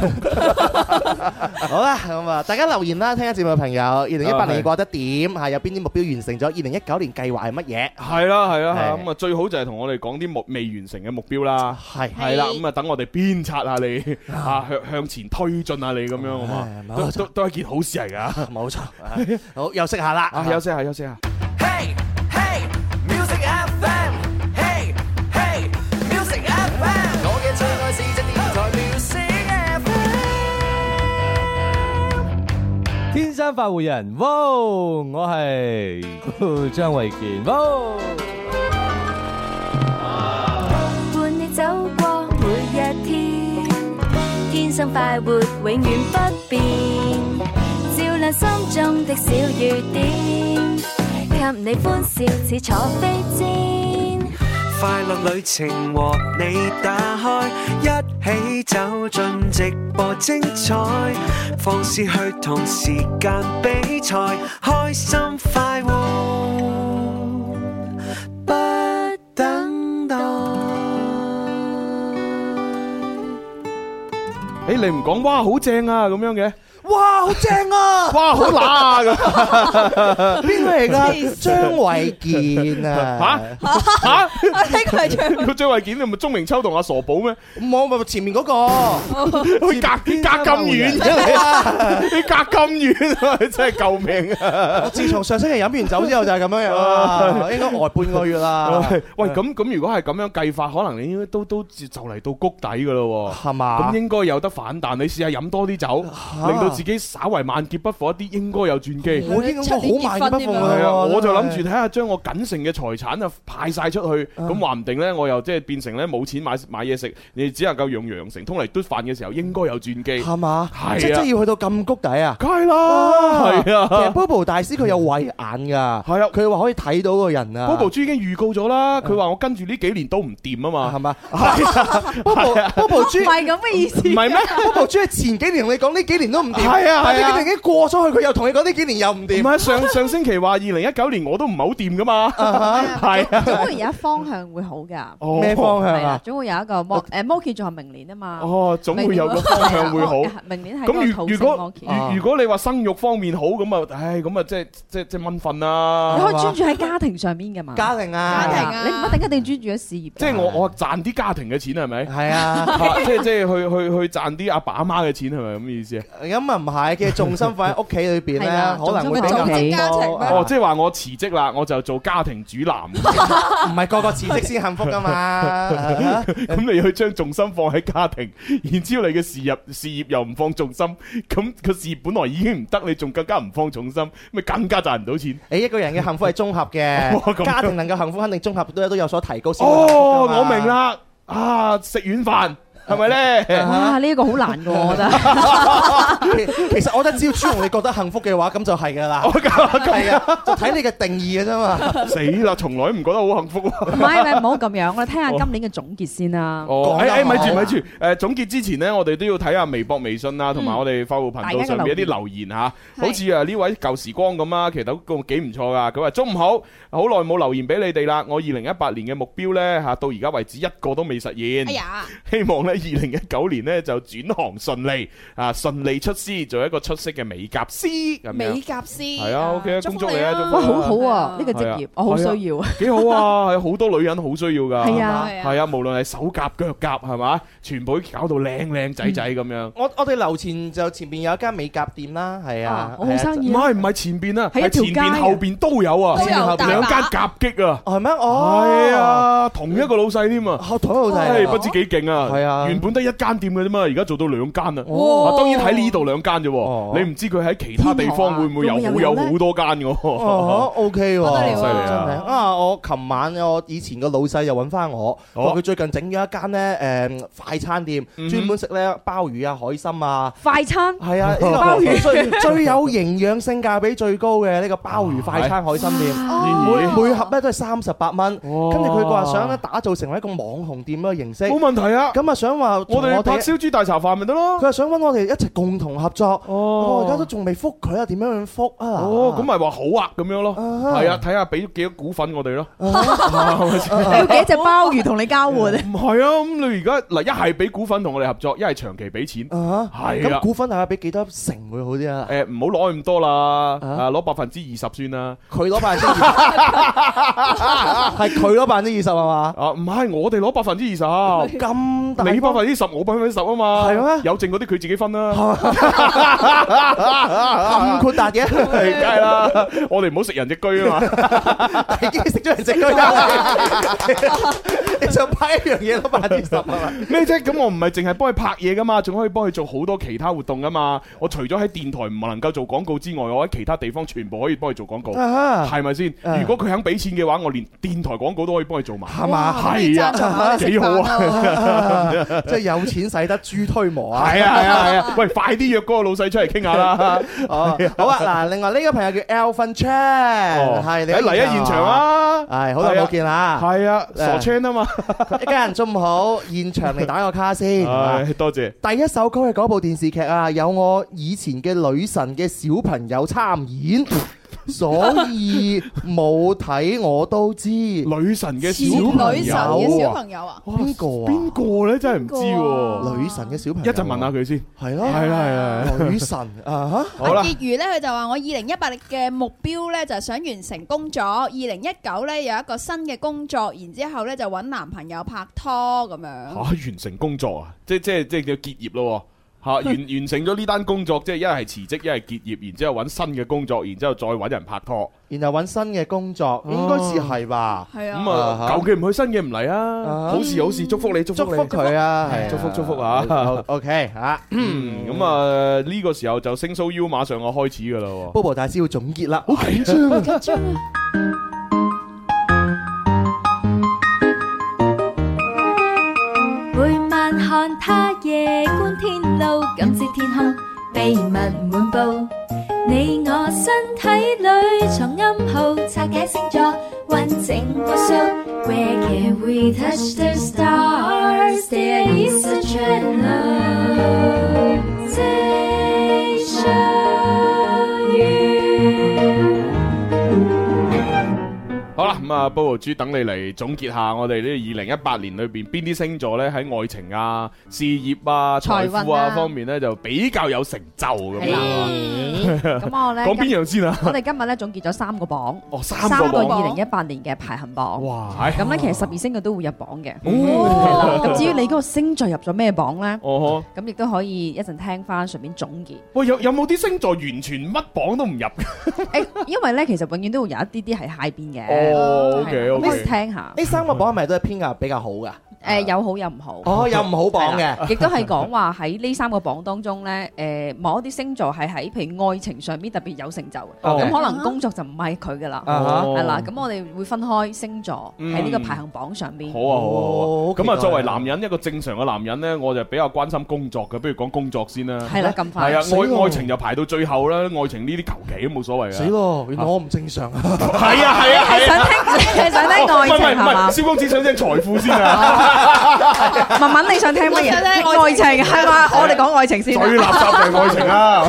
F: 好啦，咁啊，大家留言啦，聽緊節目嘅朋友，二零一八
E: 啊係
F: 年過得點？係有邊啲目標完成咗？二零一九年計劃係乜嘢？
E: 係啦係啦係啦
F: 係
E: 咁啊最好就係同我哋講啲目未完成嘅目標啦，
F: 係
E: 係啦咁啊等我哋鞭策下你，啊向向前推進下你咁樣好啊嘛，
F: 唉
E: 都
F: 冇錯
E: 都都係件好事嚟㗎。
F: 冇錯，好休息下啦，
E: 啊休息下休息下。
B: Hey, hey, music FM. Hey, hey, music FM. 我嘅最愛是只電台 music FM。
L: 天生快活人，哇！我係張衛健，哇！
J: 伴你走過每一天，天生快活，永遠不變。照亮心中的小雨點，給你歡笑似坐飛氈。
M: 快樂旅程和你打開，一起走進直播精彩，放肆去同時間比賽，開心快活，不等待。
E: 誒你唔講哇好正啊咁樣嘅，
F: 哇，好正啊！
E: [laughs] 哇好乸啊咁。
F: 邊個嚟
G: 黐線
F: 㗎？張衛
E: [laughs]
F: 健 [laughs] 啊！
E: 吓吓， [laughs]
G: 我呢個係最
E: 個張衛健你咪鐘明秋同阿傻寶咩？
F: 冇冇冇前面嗰個，
E: 佢 [laughs] 隔隔咁遠 [laughs] 嘅你，你隔咁 [laughs] 遠，啊真係救命啊！
F: [laughs] 自從上星期飲完酒之後就係咁樣樣
E: [laughs]
F: 啦，應該呆半個月啦，
E: 喂，咁咁如果係咁樣計法，可能你應該都都就嚟到谷底噶咯
F: [laughs]
E: 喎。
F: 係嘛
E: 咁？應該有得反彈，你試下飲多啲酒，令到自己稍為萬劫不復一啲，應該有轉機。
F: 我應該好慢不
G: 出年結婚添啊
E: 係
F: 奉
E: 啊，
F: 啊！
E: 我就諗住睇下將我僅剩嘅財產啊派晒出去，咁話唔定呢，我又即係變成呢冇錢買買嘢食，你只能夠用羊城通嚟嘟飯嘅時候，應該有轉機。
F: 係嘛
E: 係啊？
F: 即即係要去到咁谷底啊！
E: 梗係啦，係
F: 其實
E: 啊。
F: Bobo 大師佢有慧眼㗎，係啊，佢話可以睇到個人啊。
E: Bobo 豬已經預告咗
G: 啊
E: 啦，佢話我跟住呢幾年都唔掂啊嘛，
F: 係嘛
E: 係啊，
F: [laughs] Bobo Bobo
G: 唔
F: 豬
G: 係咁嘅意思。
E: 唔係咩？
F: Bobo 豬係前幾年同你講呢幾年都唔掂，
E: 係啊
F: 但
E: 係啊
F: 呢幾年已經過咗去，佢又同你講呢幾年又唔
E: 唔
F: 掂。
E: 係上
G: [laughs]
E: 上星期話二零一九年我都唔係好掂噶嘛， [laughs] 係啊，
G: 總會有一方向會好㗎。
E: 哦
F: 咩方向
G: 係啦
F: 啊，？
G: 總會有一個摩誒摩羯仲係明年啊嘛。
E: 哦，總會有個方向會好。
G: 明年係啊
E: 咁
G: 嗰個
E: 如
G: 土
E: 如
G: 星摩
E: 果
G: 羯。
E: 如如果你話生育方面好咁啊，唉咁啊，即係即係即係蚊瞓啊啦
G: 你。可以專注喺家庭上面㗎嘛。
F: 家庭啊，
G: 家庭
F: 啊，
G: 啊，你唔一定一定專注喺事業㗎。
E: 即係我我賺啲家庭嘅錢係咪？
F: 係啊。
E: 啊即係即係去去去賺啲阿爸阿媽嘅錢係咪咁嘅意思啊？
F: 咁啊唔係，其實重心放喺屋企裏邊
G: 係
F: 咧
G: 啊，
F: 可能會比較
G: 重心喺
F: 多。
E: 哦，即係話我辭職啦，我就做家庭主男。
F: 唔係個個辭職先幸
E: [laughs]
F: 福噶嘛？
E: 咁你去將重心放喺家庭，然之後你嘅事業事業又唔放重心，咁個事業本來已經唔得，你仲更加唔放重心，咪更加賺唔到錢。
F: 你一個人嘅幸福係綜
E: [laughs]
F: 合
E: 哇咁
F: 嘅，
E: 樣
F: 家庭能夠幸福，肯定綜合都都有所提高先。
E: 哦，我明。啦，啊食軟飯。係咪咧？ [laughs]
N: 哇！呢一個好難㗎，我覺得。
F: [laughs] 其實我覺得只要朱紅你覺得幸福嘅話，咁就係㗎啦。哦係啊，就睇你嘅定義嘅啫嘛。
E: 死啦，從來唔覺得好幸福
N: 唔係唔係，唔好咁樣，我哋聽下今年嘅總結先啦。
E: [laughs] 哦，誒誒，咪住咪住，誒總結之前呢，我哋都要睇下微博、微信啊，同埋我哋快活頻道上面一啲留言嚇。好似啊呢位舊時光咁啊，其實都幾唔錯噶。佢話中午好，好耐冇留言俾你哋啦。我二零一八年嘅目標呢，嚇，到而家為止一個都未實現。
G: 哎呀，
E: 希望呢，二零一九年呢就轉行順利啊，順利出師，做一個出色嘅美甲師咁樣。
G: 美甲師
E: 係啊，OK 啊，
G: 祝
E: 恭
G: 福
E: 祝你
G: 你
E: 啊，
G: 啊
E: 祝福
N: 哇，
E: 你
N: 好好
G: à?
N: 啊！呢個職
E: 係
N: 業
E: 啊
N: 我好需
E: 係啊
N: 要啊。
E: 幾好啊！係好多女人好需要噶，
G: Ờ,
N: 係啊
G: à?
E: 係啊，無論係手甲、腳甲係嘛，全部搞到靚靚仔仔咁樣。
F: 我我哋樓前就前邊有一間美甲店啦，係啊，
E: 好唔係唔係前邊啊，
F: 喺
E: 係
F: 一條
E: 前
F: 街
E: 邊後邊都有啊，
F: 都有大把
E: 兩間夾擊啊，
F: 係哎咩？哦
E: 係啊，同一個老細添啊，
F: 同一個老細
E: 不知幾勁啊，係啊，原本得一間店嘅啫嘛，而家做到兩間啊，
F: 哦
E: 啊當然喺呢度兩間啫喎，你唔知佢喺其他地方會唔會有
F: 天
E: 好
F: 河啊
E: 有
F: 會唔會有
E: 好多間嘅
F: 哦
E: [laughs] 喎。
F: ，OK
E: 不得了
F: 喎，
E: 啊犀利啊
F: 真係啊！我琴晚我以前個老細又揾翻我，話
E: 哦
F: 佢最近整咗一間咧誒快餐店，專門食咧鮑魚啊、海參啊。
N: 快餐
F: 係 [laughs] 啊，呢個
N: 鮑魚
F: 最最有營養性價比最高嘅呢個鮑魚快餐海參店，
E: 嗯
F: 每每盒咧都係三十八蚊。跟住佢話想咧打造成為一個網紅店嘅形式，
E: 哦冇問題啊
F: 咁啊想話同
E: 我哋拍燒豬大茶飯咪得咯。
F: 佢話想揾我哋一齊共同合作。我而家都仲未覆佢啊，點樣樣覆啊？
E: 哦，咁咪話好啊咁樣咯，係啊，睇下俾幾多股份我哋咯。
N: 你
E: 係咪先
F: 啊
N: 要幾隻鮑魚同你交換？唔
E: 係啊，咁你而家嗱，一係俾股份同我哋合作，一係長期俾錢，係
F: 咁
E: 啊。
F: 股份大概俾幾多成會好啲啊？
E: 誒唔好攞咁多啦，啊攞百分之二十算啦。
F: 佢攞百分之
E: [laughs]
F: 二係佢攞百分之二十係嘛？哦
E: 啊，唔係我哋攞百分之二十，
F: 咁大
E: 哦你百分之十，我百分之十啊嘛。係咩？有剩嗰啲佢自己分啦。
F: 咁豁達嘅，
E: 係梗係啦，我哋唔好食人隻居啊嘛。
F: 已經食咗人食
E: [laughs]
F: 佢啦。你想拍一樣嘢攞百分之十係嘛？
E: 咩啫？咁我唔係淨係幫佢拍嘢噶嘛，仲可以幫佢做好多其他活動噶嘛。我除咗喺電台唔能夠做廣告之外，我喺其他地方全部可以幫佢做廣告，
F: 啊
E: 係咪先？
F: 啊
E: 如果佢肯俾錢嘅話，我連電台廣告都可以幫佢做埋，
F: 係嘛哇
E: 係啊，
F: 咁你
E: 幾
F: 贊助
E: 好 [laughs]
F: 我哋食飯
E: 啊！
F: 啊即係有錢使得豬推磨啊！
E: 係啊係啊係啊！喂，快啲約嗰個老細出嚟傾下啦！ [laughs]
F: 哦，好啊！嗱，另外呢個朋友叫 Alvin Chan，係你
E: 誒嚟啊現場啊！
F: 係好耐冇見啦，
E: 係啊，傻 Chan 啊嘛，
F: 一家人中午好，現場嚟打個
E: [laughs]
F: 卡先。
E: 唉，多謝。
F: 第一首歌係嗰部電視劇啊，有我以前嘅女神嘅小朋友參
E: [laughs]
F: 演，所以冇睇我都知。女
E: 神
G: 嘅小朋友前女神嘅小朋友啊
F: 邊個啊？
E: 邊個咧？真係唔知
G: 邊個啊
E: 喎。
F: 女神嘅小朋
E: 一陣問下佢先。
F: 係咯，
E: 係啦係啦。
F: 女神啊
E: 吓，好啦。
G: 結餘咧，佢就話我二零一八嘅目標咧就係想完成工作，二零一九咧有一個新嘅工作，然之後咧就揾男朋友拍拖咁樣。
E: 嚇完成工作啊！即即即叫結業咯喎嚇，
G: [laughs]
E: 完完成咗呢單工作，即係一係辭職，一係結業，然之後揾新嘅工作，然之後再揾人拍拖。
F: 然後揾新嘅工
E: [laughs] 哦
F: 作，應該是係吧？
G: 係
E: 咁啊，舊嘅唔去，新嘅唔嚟
F: 啊
E: 啊！好事好事，祝福你，祝福
F: 祝
E: 你，
F: 福佢啊！係
E: 係
F: 啊
E: 祝福祝福啊！
F: 好 OK 嚇
E: 嗯咁啊，呢個時候就星 show U 馬上我開始噶啦喎。
F: ，Bobo 大師要總結啦，好緊
E: 張啊
F: 緊張啊！
J: 每晚看他夜觀天路，感知天空秘密滿布。你我身體裏藏暗號，拆解星座，完整無數。Where can we touch the stars? There is a channel.
E: 好啦，咁啊，Bobo 豬等你嚟總結下我哋呢二零一八年裏邊邊啲星座咧喺愛情啊、事業啊、財
N: 財
E: 富
N: 運啊
E: 啊方面咧就比較有成就咁樣
N: 係
E: 啊。
N: [laughs] 咁我咧
E: 講邊樣先啊？
N: 我哋今日咧總結咗三個榜，
E: 哦三個
N: 三個
E: 榜
N: 二零一八年嘅排行榜。
E: 哇
N: 咁咧其實十二星座都會入榜嘅。
E: 嗯
N: 係啦咁至於你嗰個星座入咗咩榜咧？
E: 哦
N: 咁亦都可以一陣聽翻，順便總
E: [laughs]
N: 結。
E: 喂，有有冇啲星座完全乜榜都唔入嘅？
N: 誒，因為咧其實永遠都會有一啲啲係下邊嘅。
E: 哦，OK，OK
N: 咁可以聽下。
F: 呢三個榜係咪都係偏較比較好噶？
N: 誒有好有唔好。
F: 哦有唔好榜
N: 係
F: 嘅
N: 啦 [laughs] 亦都係講話喺呢三個榜當中咧，誒某一啲星座係喺譬如愛情上邊特別有成就嘅，
F: 哦
N: 咁可能工作就唔係佢噶啦，
E: 啊哈
N: 係啦。咁我哋會分開星座
E: 嗯
N: 喺呢個排行榜上邊。
E: 好啊好啊好啊
N: 好！期
E: 咁啊，
N: 待
E: 作為男人一個正常嘅男人呢，我就比較關心工作嘅，不如講工作先啦。
N: 係啦咁快
E: 係
N: 死
E: 啊，
N: 咯
E: 愛愛情就排到最後啦，愛情呢啲求其都冇所謂嘅。啊
F: 死咯！原來我唔正常啊！
E: 係
N: [laughs]
E: 啊係啊係啊！
N: 係想聽愛情係嘛
E: 哦唔係唔係唔係，蕭公子想聽財富先
N: [laughs] 啊！文文你想聽乜嘢？
G: 我
N: 愛
G: 想聽愛
N: 情
G: 情
N: 係嘛？
E: 啊
N: 我哋講愛情
E: 最
N: 先。啊
E: 垃圾就係愛情啊啦。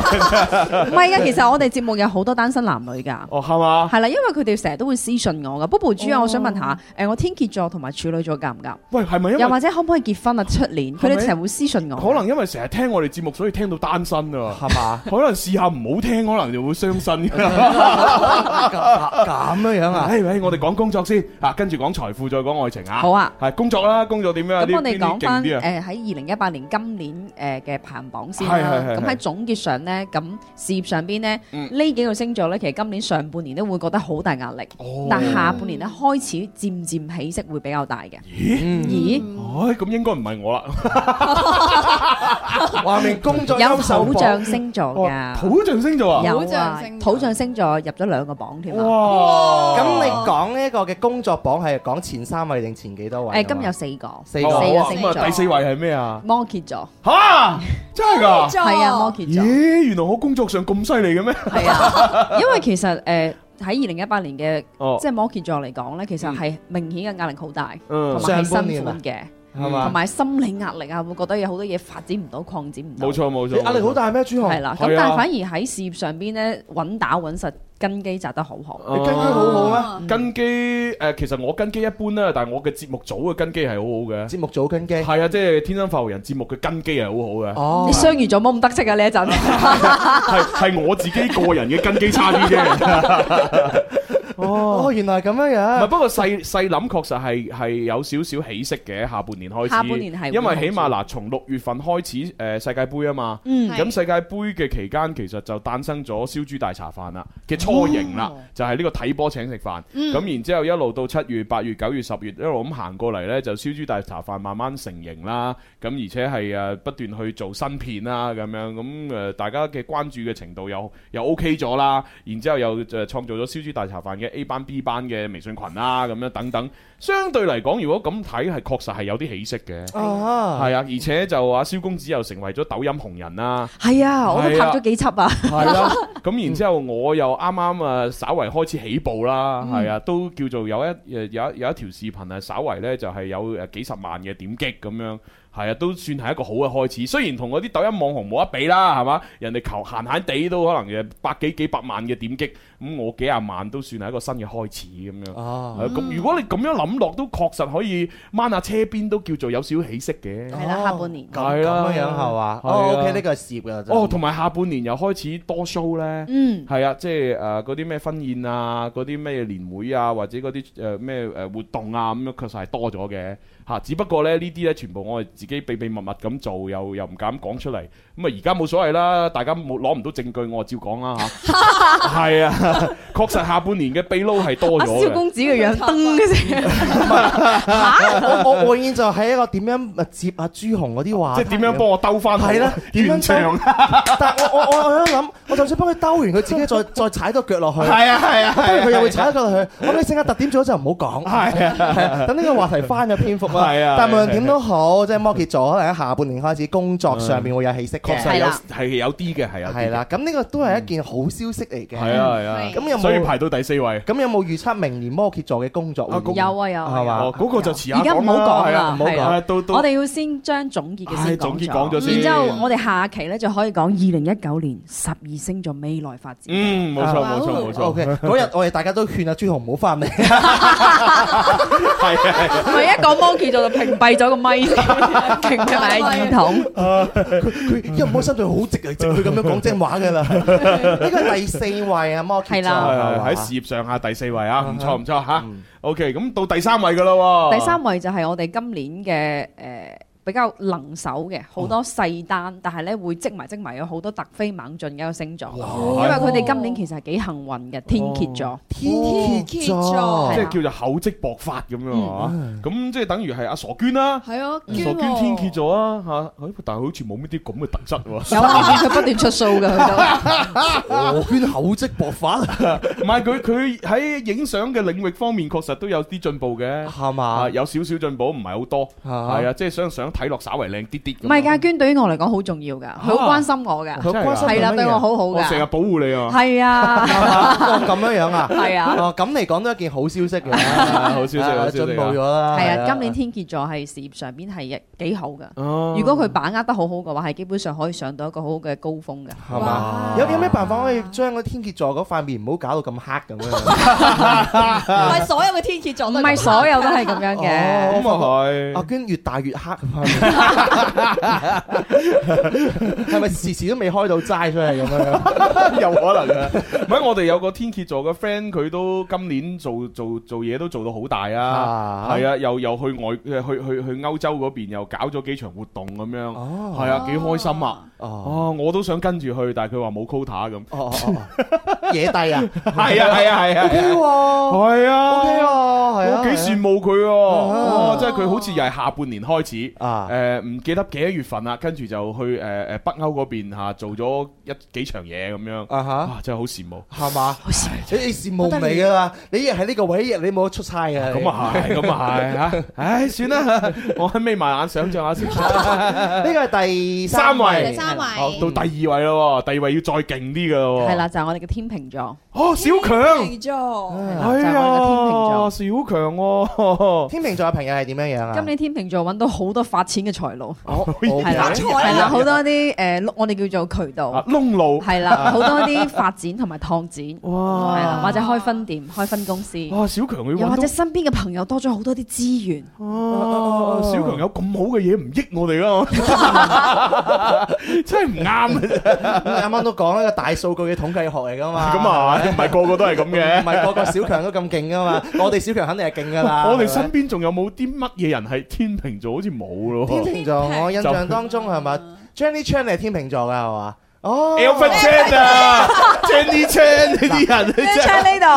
N: [laughs] 唔係噶，其實我哋節目有好多單身男女㗎。
E: 哦，係嘛？
N: 係啦，因為佢哋成日都會私信我㗎。Bobo 豬啊，我想問下，誒我天蝎座同埋處女座夾唔夾？
E: 喂，係哦咪因為
N: 又或者可唔可以結婚啊？出年佢
E: 係咪
N: 哋成日會私信我。
E: 可能因為成日聽我哋節目，所以聽到單身啊，係
F: 嘛？
E: 可能試下唔好聽，可能就會
N: [laughs]
E: 傷身。
N: 啊
E: [laughs]
F: 咁樣樣啊？
E: 唉，唉我哋講工作先啊，跟住講財富，再講愛情啊。
N: 好啊，
E: 係工作啦，工作點樣啊？
N: 咁我哋
E: 邊啲
N: 講翻
E: 勁
N: 誒
E: 啲啊
N: 喺二零一八年今年誒嘅排行榜先
E: 係
N: 啦
E: 係。係
N: 咁
E: 係
N: 喺總結上呢，咁事業上邊呢，
E: 嗯
N: 呢幾個星座呢，其實今年上半年都會覺得好大壓力，
E: 哦
N: 但下半年呢，開始漸漸起色會比較大嘅。嗯咦？
E: 唉，咁應該唔係我啦。
F: 話明工作
N: 有
F: 優秀
N: 土
F: 榜
N: 象星座
E: 哦
N: 㗎。
E: 土象星座啊，
N: 有啊，土象星座入咗兩個榜添啊！
E: 哇
F: 咁你講呢一個嘅工作榜係講前三位定前幾多位？
N: 誒，今日有四個，
F: 四
N: 個
F: 個
N: 四個星
E: 咁啊，第四
N: 座，
E: 位係
N: [laughs]
E: 咩啊？
N: 摩羯座，
E: 吓，真
N: [laughs]
E: 係㗎？
N: 係啊，摩羯座。
E: 咦，原來我工作上咁犀利嘅咩？
N: 係啊， [laughs] 因為其實誒喺二零一八年嘅
E: 哦
N: 即係摩羯座嚟講咧，其實係明顯嘅壓力好大，
E: 嗯
N: 同埋係
E: 上半年
N: 辛
E: 啊
N: 苦嘅，
E: 係嘛
N: 同埋心理壓力啊，會覺得有好多嘢發展唔到、擴展唔到。
E: 冇錯啊冇錯，
F: 壓力好大咩？朱紅
N: 係啦，咁但係反而喺事業上邊咧，穩打穩實，根基扎得好好。
E: 你
G: 哦
E: 根基好好咩？根基誒，呃其實我根基一般啦，但係我嘅節目組嘅根基係好好嘅。節
F: 目組根基
E: 係啊，即係天生發福人節目嘅根基係好好嘅。
N: 你雙魚座冇咁得戚啊呢一
E: [laughs]
N: 陣。
E: 係係我自己個人嘅根基差啲
N: [laughs]
E: 啫。
F: 哦，原來係咁樣
E: 唔
F: 樣
E: 係，。不過細細諗確實係係有少少起色嘅，下半年開始。
N: 下半年係會
E: 因為起碼嗱，從六月份開始誒、呃世界盃啊嘛，
N: 嗯
E: 咁
N: 係
E: 世界盃嘅期間其實就誕生咗燒豬大茶飯啦嘅初型啦，就係呢個睇波請食飯。咁、
N: 嗯
E: 然之後一路到七月、八月、九月、十月一路咁行過嚟呢，就燒豬大茶飯慢慢成型啦。咁而且係誒不斷去做新片啦，咁樣咁誒、呃大家嘅關注嘅程度又又 OK 咗啦。然之後又誒創造咗燒豬大茶飯嘅 A 班 B 班嘅微信群啦，咁樣等等。相對嚟講，如果咁睇係確實係有啲起色嘅。
F: 啊
E: 係啊，而且就阿蕭公子又成為咗抖音紅人啦。
N: 係啊，我都拍咗幾輯啊。
E: 係
F: [laughs]
E: 啦，咁然之後我又啱啱啊，稍為開始起步啦，
F: 嗯
E: 係啊，都叫做有一誒有一有一條視頻啊，稍為咧就係有誒幾十萬嘅點擊咁樣。係啊，都算係一個好嘅開始。雖然同嗰啲抖音網紅冇得比啦，係嘛？人哋求閒閒地都可能誒百幾幾百萬嘅點擊，咁、我幾廿萬都算係一個新嘅開始咁樣。
F: 哦
E: 係啊咁、如果你咁樣諗落，都確實可以掹下車邊，都叫做有少少起色
F: 啊
E: 嘅。
N: 係啦，下半年。
E: 係啦，
F: 咁樣樣係嘛
E: 係啊
F: 哦，OK，呢個係事業㗎真係
E: 哦，同埋下半年又開始多 show 咧。
N: 嗯
E: 係啊，即係誒嗰啲咩婚宴啊，嗰啲咩年會啊，或者嗰啲誒咩誒活動啊，咁樣確實係多咗嘅嚇。只不過咧呢啲咧全部我哋自己秘秘密密咁做，又又唔敢講出嚟。咁啊而家冇所謂啦，大家冇攞唔到證據，我就照講 [laughs] 啦嚇。係啊，確實下半年嘅秘撈係多
N: 阿
E: 咗
N: 蕭
E: 嘅。
N: 公子嘅
E: [laughs]
N: 樣燈嘅啫，
F: 我我我永遠就係一個點樣呃接阿朱紅嗰啲話題
E: 即
F: 嘅，
E: 係點樣幫我兜翻
F: 係啦，點樣
E: 完場？
F: 但係我我我我喺度諗，我就算幫佢兜完，佢自己再再踩多腳落去。
E: 係啊係啊係啊
F: [laughs] 跟住佢又會踩多腳落去。我哋性格特點咗就唔好講。
E: 係啊
F: 係啊，等呢個話題翻咗篇幅啊。
E: [laughs] 係啊
F: 但無
E: 係啊
F: 論點都好，即係摩羯座可能喺下半年開始工作上面會有起色嘅。
E: 確實有係有啲嘅係有啲嘅。嗯
F: 係啦，咁呢個都係一件好消息嚟嘅。
E: 係啊係啊，
F: 咁有冇
E: 所以排到第四位？
F: 咁有冇預測明年摩羯座嘅工作會點？
N: 有啊有啊
F: 係嘛
E: 哦，嗰個就遲下
N: 而家唔好講
E: 係
N: 啦
E: 啊，唔好
N: 係啊
E: 講，到到
N: 我哋要先將總結嘅
E: 唉
N: 先
E: 總結
N: 講
E: 講咗先
N: 然之後我哋下期咧就可以講二零一九年十二星座未來發展。
E: 嗯，冇錯冇錯冇錯
F: OK，
E: [laughs]
F: 嗰日我哋大家都勸阿朱紅唔好翻嚟。
E: 係係
N: 唔係一講摩羯座就屏蔽咗個咪
E: [laughs]
N: 先，屏蔽埋個耳筒。
F: 佢佢一唔開心就好直嚟直去咁樣講真話㗎啦。呢個係第四位啊，摩羯
N: 係
F: 座
N: 啦
E: 係係喺
F: 係嘛
E: 事業上下第四位啊，唔錯唔錯吓。OK，咁到第三位噶啦喎，
N: 第三位就係我哋今年嘅誒比較能手嘅，好多細單，但係咧會積埋積埋有好多突飛猛進嘅一個星座，因為佢哋今年其實係幾幸運嘅，天蝎座。
E: 天
N: 蝎
F: 啊
N: 座
E: 即係叫做厚積薄發咁樣啊！咁即係等於係阿傻娟啦，
G: 係啊，
N: 嗯
E: 傻娟天蝎座啊嚇，哎但係好似冇乜啲咁嘅特質喎。 [laughs]
N: 有啊，佢不斷出數嘅，佢都。
E: 我捐厚積薄發，唔係佢佢喺影相嘅領域方面確實都有啲進步嘅，
F: 啊
E: 係嘛？有少少進步，唔係好多，係啊，即係想想睇落稍為靚啲啲咁。
N: 唔係㗎，娟對於我嚟講好重要㗎，佢好關心我㗎，
E: 真係㗎
N: 係啦，對我好好
E: 我成日
N: 㗎，
E: 保護你啊！ [laughs]
N: 係啊，
F: 哦咁樣樣啊，
N: 係啊
F: 哦咁嚟講都一件好消息嘅，
E: 啊好消息好消息
F: [laughs] 進步咗啦，
N: 係啊，今年天蝎座係事業上邊係幾好㗎，
E: 哦
N: 如果佢把握得好好嘅話，係基本上可以上到一個好好嘅高峰㗎。
F: 係嘛？有有咩辦法可以將嗰天蝎座嗰塊面唔好搞到咁黑咁樣？
G: 唔係所有嘅天蝎座都
N: 唔係所有都係咁樣
E: [laughs]
N: 嘅。
F: 咁
E: 啊係，
F: 阿娟越大越黑， [laughs] 係咪時時都未開到齋出嚟咁 [laughs] 樣？
E: 有可能啊！唔係我哋有個天蝎座嘅 friend，佢都今年做做做嘢都做到好大啊！係啊，又又去外去去去歐洲嗰邊又搞咗幾場活動咁樣，係啊，幾開心啊！哦，我都想跟住去，但係佢話冇 quota 咁。
F: [laughs] 野帝啊，
E: [laughs] 係啊係啊係啊
F: OK 喎，
E: 係啊
F: ，OK 喎，係啊，
E: 我幾羨慕佢喎！哦，即係佢好似又係下半年開始，誒唔記得幾多月份啦，啊跟住就去誒誒北歐嗰邊嚇做咗一幾場嘢咁樣，啊真係好羨慕。
F: 係嘛？你你羨慕你噶啦，你一日喺呢個位，一日你冇得出差啊！
E: 咁啊係，咁
F: [laughs]
E: 啊係嚇，唉算啦，我喺眯埋眼想像下
F: [laughs]
E: 先。
F: 呢個係第
E: 三位，
N: 第三位
E: 好到第二位咯喎，第二位要再勁啲嘅咯喎。
N: 係啦，就係我哋嘅天秤座。
E: 哦，小強，
G: 座，
E: 哎呀，小強喎，
F: 天秤座嘅朋友係點樣樣啊？
N: 今年天秤座揾到好多發錢嘅財路，
E: 啊
F: 哦
E: 哎
N: 係啦，
F: 發財啦
N: 係啦，好多啲誒，我哋叫做渠道，
E: 啊窿路
N: 係
E: [laughs]
N: 啦，好多啲發展同埋拓展，
E: 哇
N: 係啦，或者開分店、開分公司，
E: 哇，小強佢
N: 又或者
E: 揾到。
N: 身邊嘅朋友多咗好多啲資
E: [laughs]
N: 源，
E: 哦小強有咁好嘅嘢唔益我哋噶， [laughs] 真係唔啱
F: 咁你啱啱都講啦，個大數據嘅統計學嚟噶 [laughs] 嘛。
E: 咁啊，唔係個個都係咁嘅，
F: 唔係個個小強都咁勁
E: [laughs]
F: 噶嘛，我哋小強肯定係勁噶啦。
E: 我哋身邊仲有冇啲乜嘢人係天秤座？好似冇咯。
F: 天秤座，我印象當中係咪 Jenny Chan 你係天秤座噶
E: [laughs]
F: 係嘛？哦
E: Alfred Chan 啊，Jenny Chan 呢啲人啊真係
N: 呢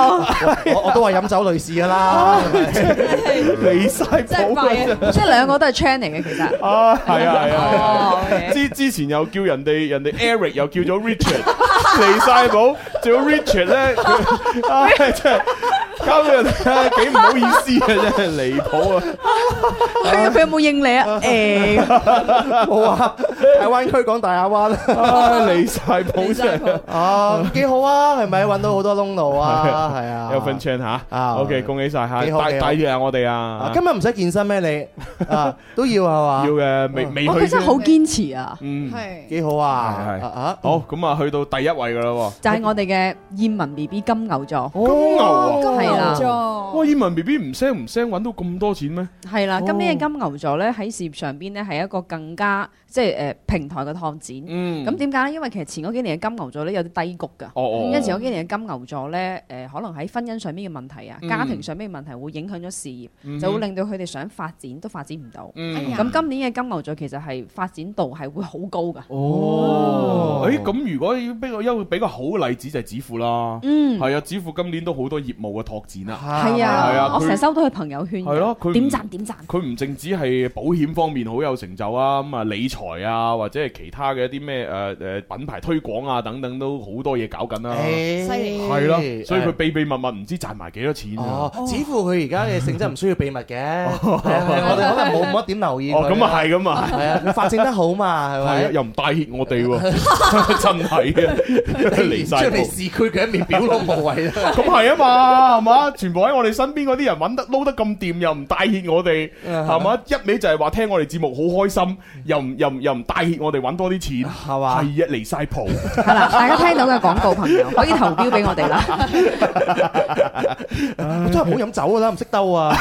F: 我我都話飲酒類似
E: [laughs]
F: 噶啦，
E: 離晒譜啊！
N: 即係兩個都係 chain 嚟嘅，其
E: [laughs]
N: 實。
E: 啊，係啊，係
N: 哦
E: 啊，係啊之之前又叫人哋人哋 Eric 又叫咗 Richard，離 [laughs] 晒譜，仲有 Richard 咧，佢唉真係搞到人唉幾唔好意思啊，真係離譜啊！
N: 佢佢有冇應
E: [laughs]
N: 你啊？誒，
F: 冇啊！大灣區講大亞灣，
E: [laughs] 啊離晒譜真係。
F: 哦，幾好啊，係咪揾到好多窿路
E: [laughs]
F: 啊？係啊，
E: 有份 chan 吓，OK，恭喜晒吓，
F: 幾好
E: 帶
F: 幾好
E: 帶住啊我哋
F: 啊
E: 啊，
F: 今日唔使健身咩你？
E: [laughs]
F: 啊，都要係嘛？
E: 要嘅，未未
N: 哇，
E: 去
N: 哦佢真係好
E: 啫，
N: 堅持啊！
E: 嗯，
F: 幾好啊！
E: 係係，好咁啊，去到第一位噶啦喎，
N: 就係我哋嘅燕文 B B 金牛座，
E: 金牛啊，
N: 係啦。
G: 哦
E: 哇，燕文 B B 唔聲唔聲揾到咁多錢咩？
N: 係啦，今年嘅金牛座咧喺事業上邊咧係一個更加即係誒平台嘅拓展。
E: 嗯
N: 咁點解咧？因為其實前嗰幾年嘅金牛座咧有啲低谷㗎。
E: 哦哦
N: 因為前嗰幾年嘅金牛座咧誒，可能喺婚姻上面嘅問題啊、
E: 嗯
N: 家庭上面嘅問題會影響咗事
E: 嗯
N: 業，
E: 哼
N: 就會令到佢哋想發展都發展唔到。
E: 嗯哎呀
N: 咁今年嘅金牛座其實係發展度係會好高㗎。
E: 哦，誒咁如果比較一個比較好嘅例子就係指富啦，
N: 嗯
E: 係啊，指富今年都好多業務嘅拓展啊，
N: 係
E: 係
N: 啊，
E: 啊，
N: 我成日
E: 佢
N: 收到佢朋友圈㗎，
E: 係咯佢唔
N: 點贊點贊。
E: 佢唔淨止係保險方面好有成就啊，咁啊理財啊，或者係其他嘅一啲咩誒誒品牌推廣啊等等都好多嘢搞緊啦，
F: 誒
G: 犀利
E: 係咯，所以佢
F: 誒
E: 秘秘密密唔知賺埋幾多錢啊
F: 哦，。似乎佢而家嘅性質唔需要秘密嘅，係啊我
E: [laughs]
F: 哋可能冇乜點留意佢。
E: 哦，咁啊係咁啊， [laughs]
F: 係啊，佢發展得好嘛，係
E: 係啊，
F: [laughs] 咪？
E: 又唔帶挈我哋
F: [laughs]
E: 喎，真係啊，離晒
F: 將你
E: 譜。
F: 市區嘅一面表露無遺啦。
E: 咁係啊嘛，係嘛？全部喺我哋身邊嗰啲人揾得撈得咁掂，又唔帶挈我哋，
F: 啊
E: 係嘛？一味就係話聽我哋節目好開心，又唔又唔又唔帶挈我哋揾多啲錢， [laughs] 係係
F: 嘛？
E: 啊，離晒譜。
N: 係啦，大家聽到嘅廣告朋
E: [laughs]
N: 友可以投標俾我哋啦。
F: [laughs] 真係唔好飲酒㗎啦，唔識兜啊！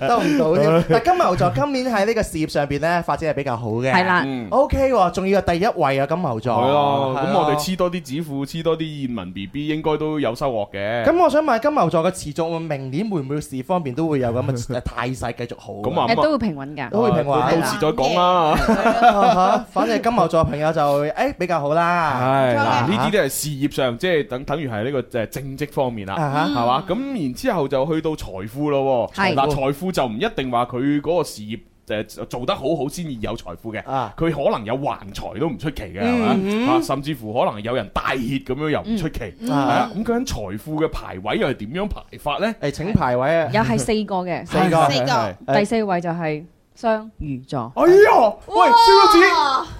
F: 得
E: [laughs]
F: 唔到添。但金牛座今年喺呢個事業上邊咧發展係比較好嘅，
E: 係啦嗯
F: ，O K 喎，仲要係第一位啊金牛座，
E: 係咯，
F: 哦係啊
E: 咁我哋黐多啲紙褲，黐多啲燕文 B B，應該都有收穫嘅。
F: 咁我想問金牛座嘅持續，明年會唔會事業方面都會有咁嘅誒態勢繼續好？
E: 咁啊咁啊誒都會平穩㗎
F: 都會平穩。
E: 啊到時再講啦
F: 啊哈。反正金牛座朋友就誒比較好啦。
E: 係嗱，呢啲
F: 啲
E: 都係事業上，即係等等於係呢個誒正職方面啦，
F: 啊哈
E: 係
N: 嗯
E: 嘛？咁然之後就去到財富咯喎，
F: 係
E: 嗱財富就唔一定話佢嗰個事業。誒做得好好先至有財富嘅，
N: 啊
E: 佢可能有橫財都唔出奇嘅，係
L: 嗯
E: 嘛？啊，甚至乎可能有人大熱咁樣又唔出奇，
N: 嗯
E: 係啊。咁究竟財富嘅排位又係點樣排法呢？
F: 誒請排位啊，
N: 有係四個
E: [laughs]
N: 嘅，
E: 四個四
N: 嗯
E: 個
N: 第四位就係雙魚座。
E: 哎呀，喂，
N: 哇蕭公子
E: 蕭公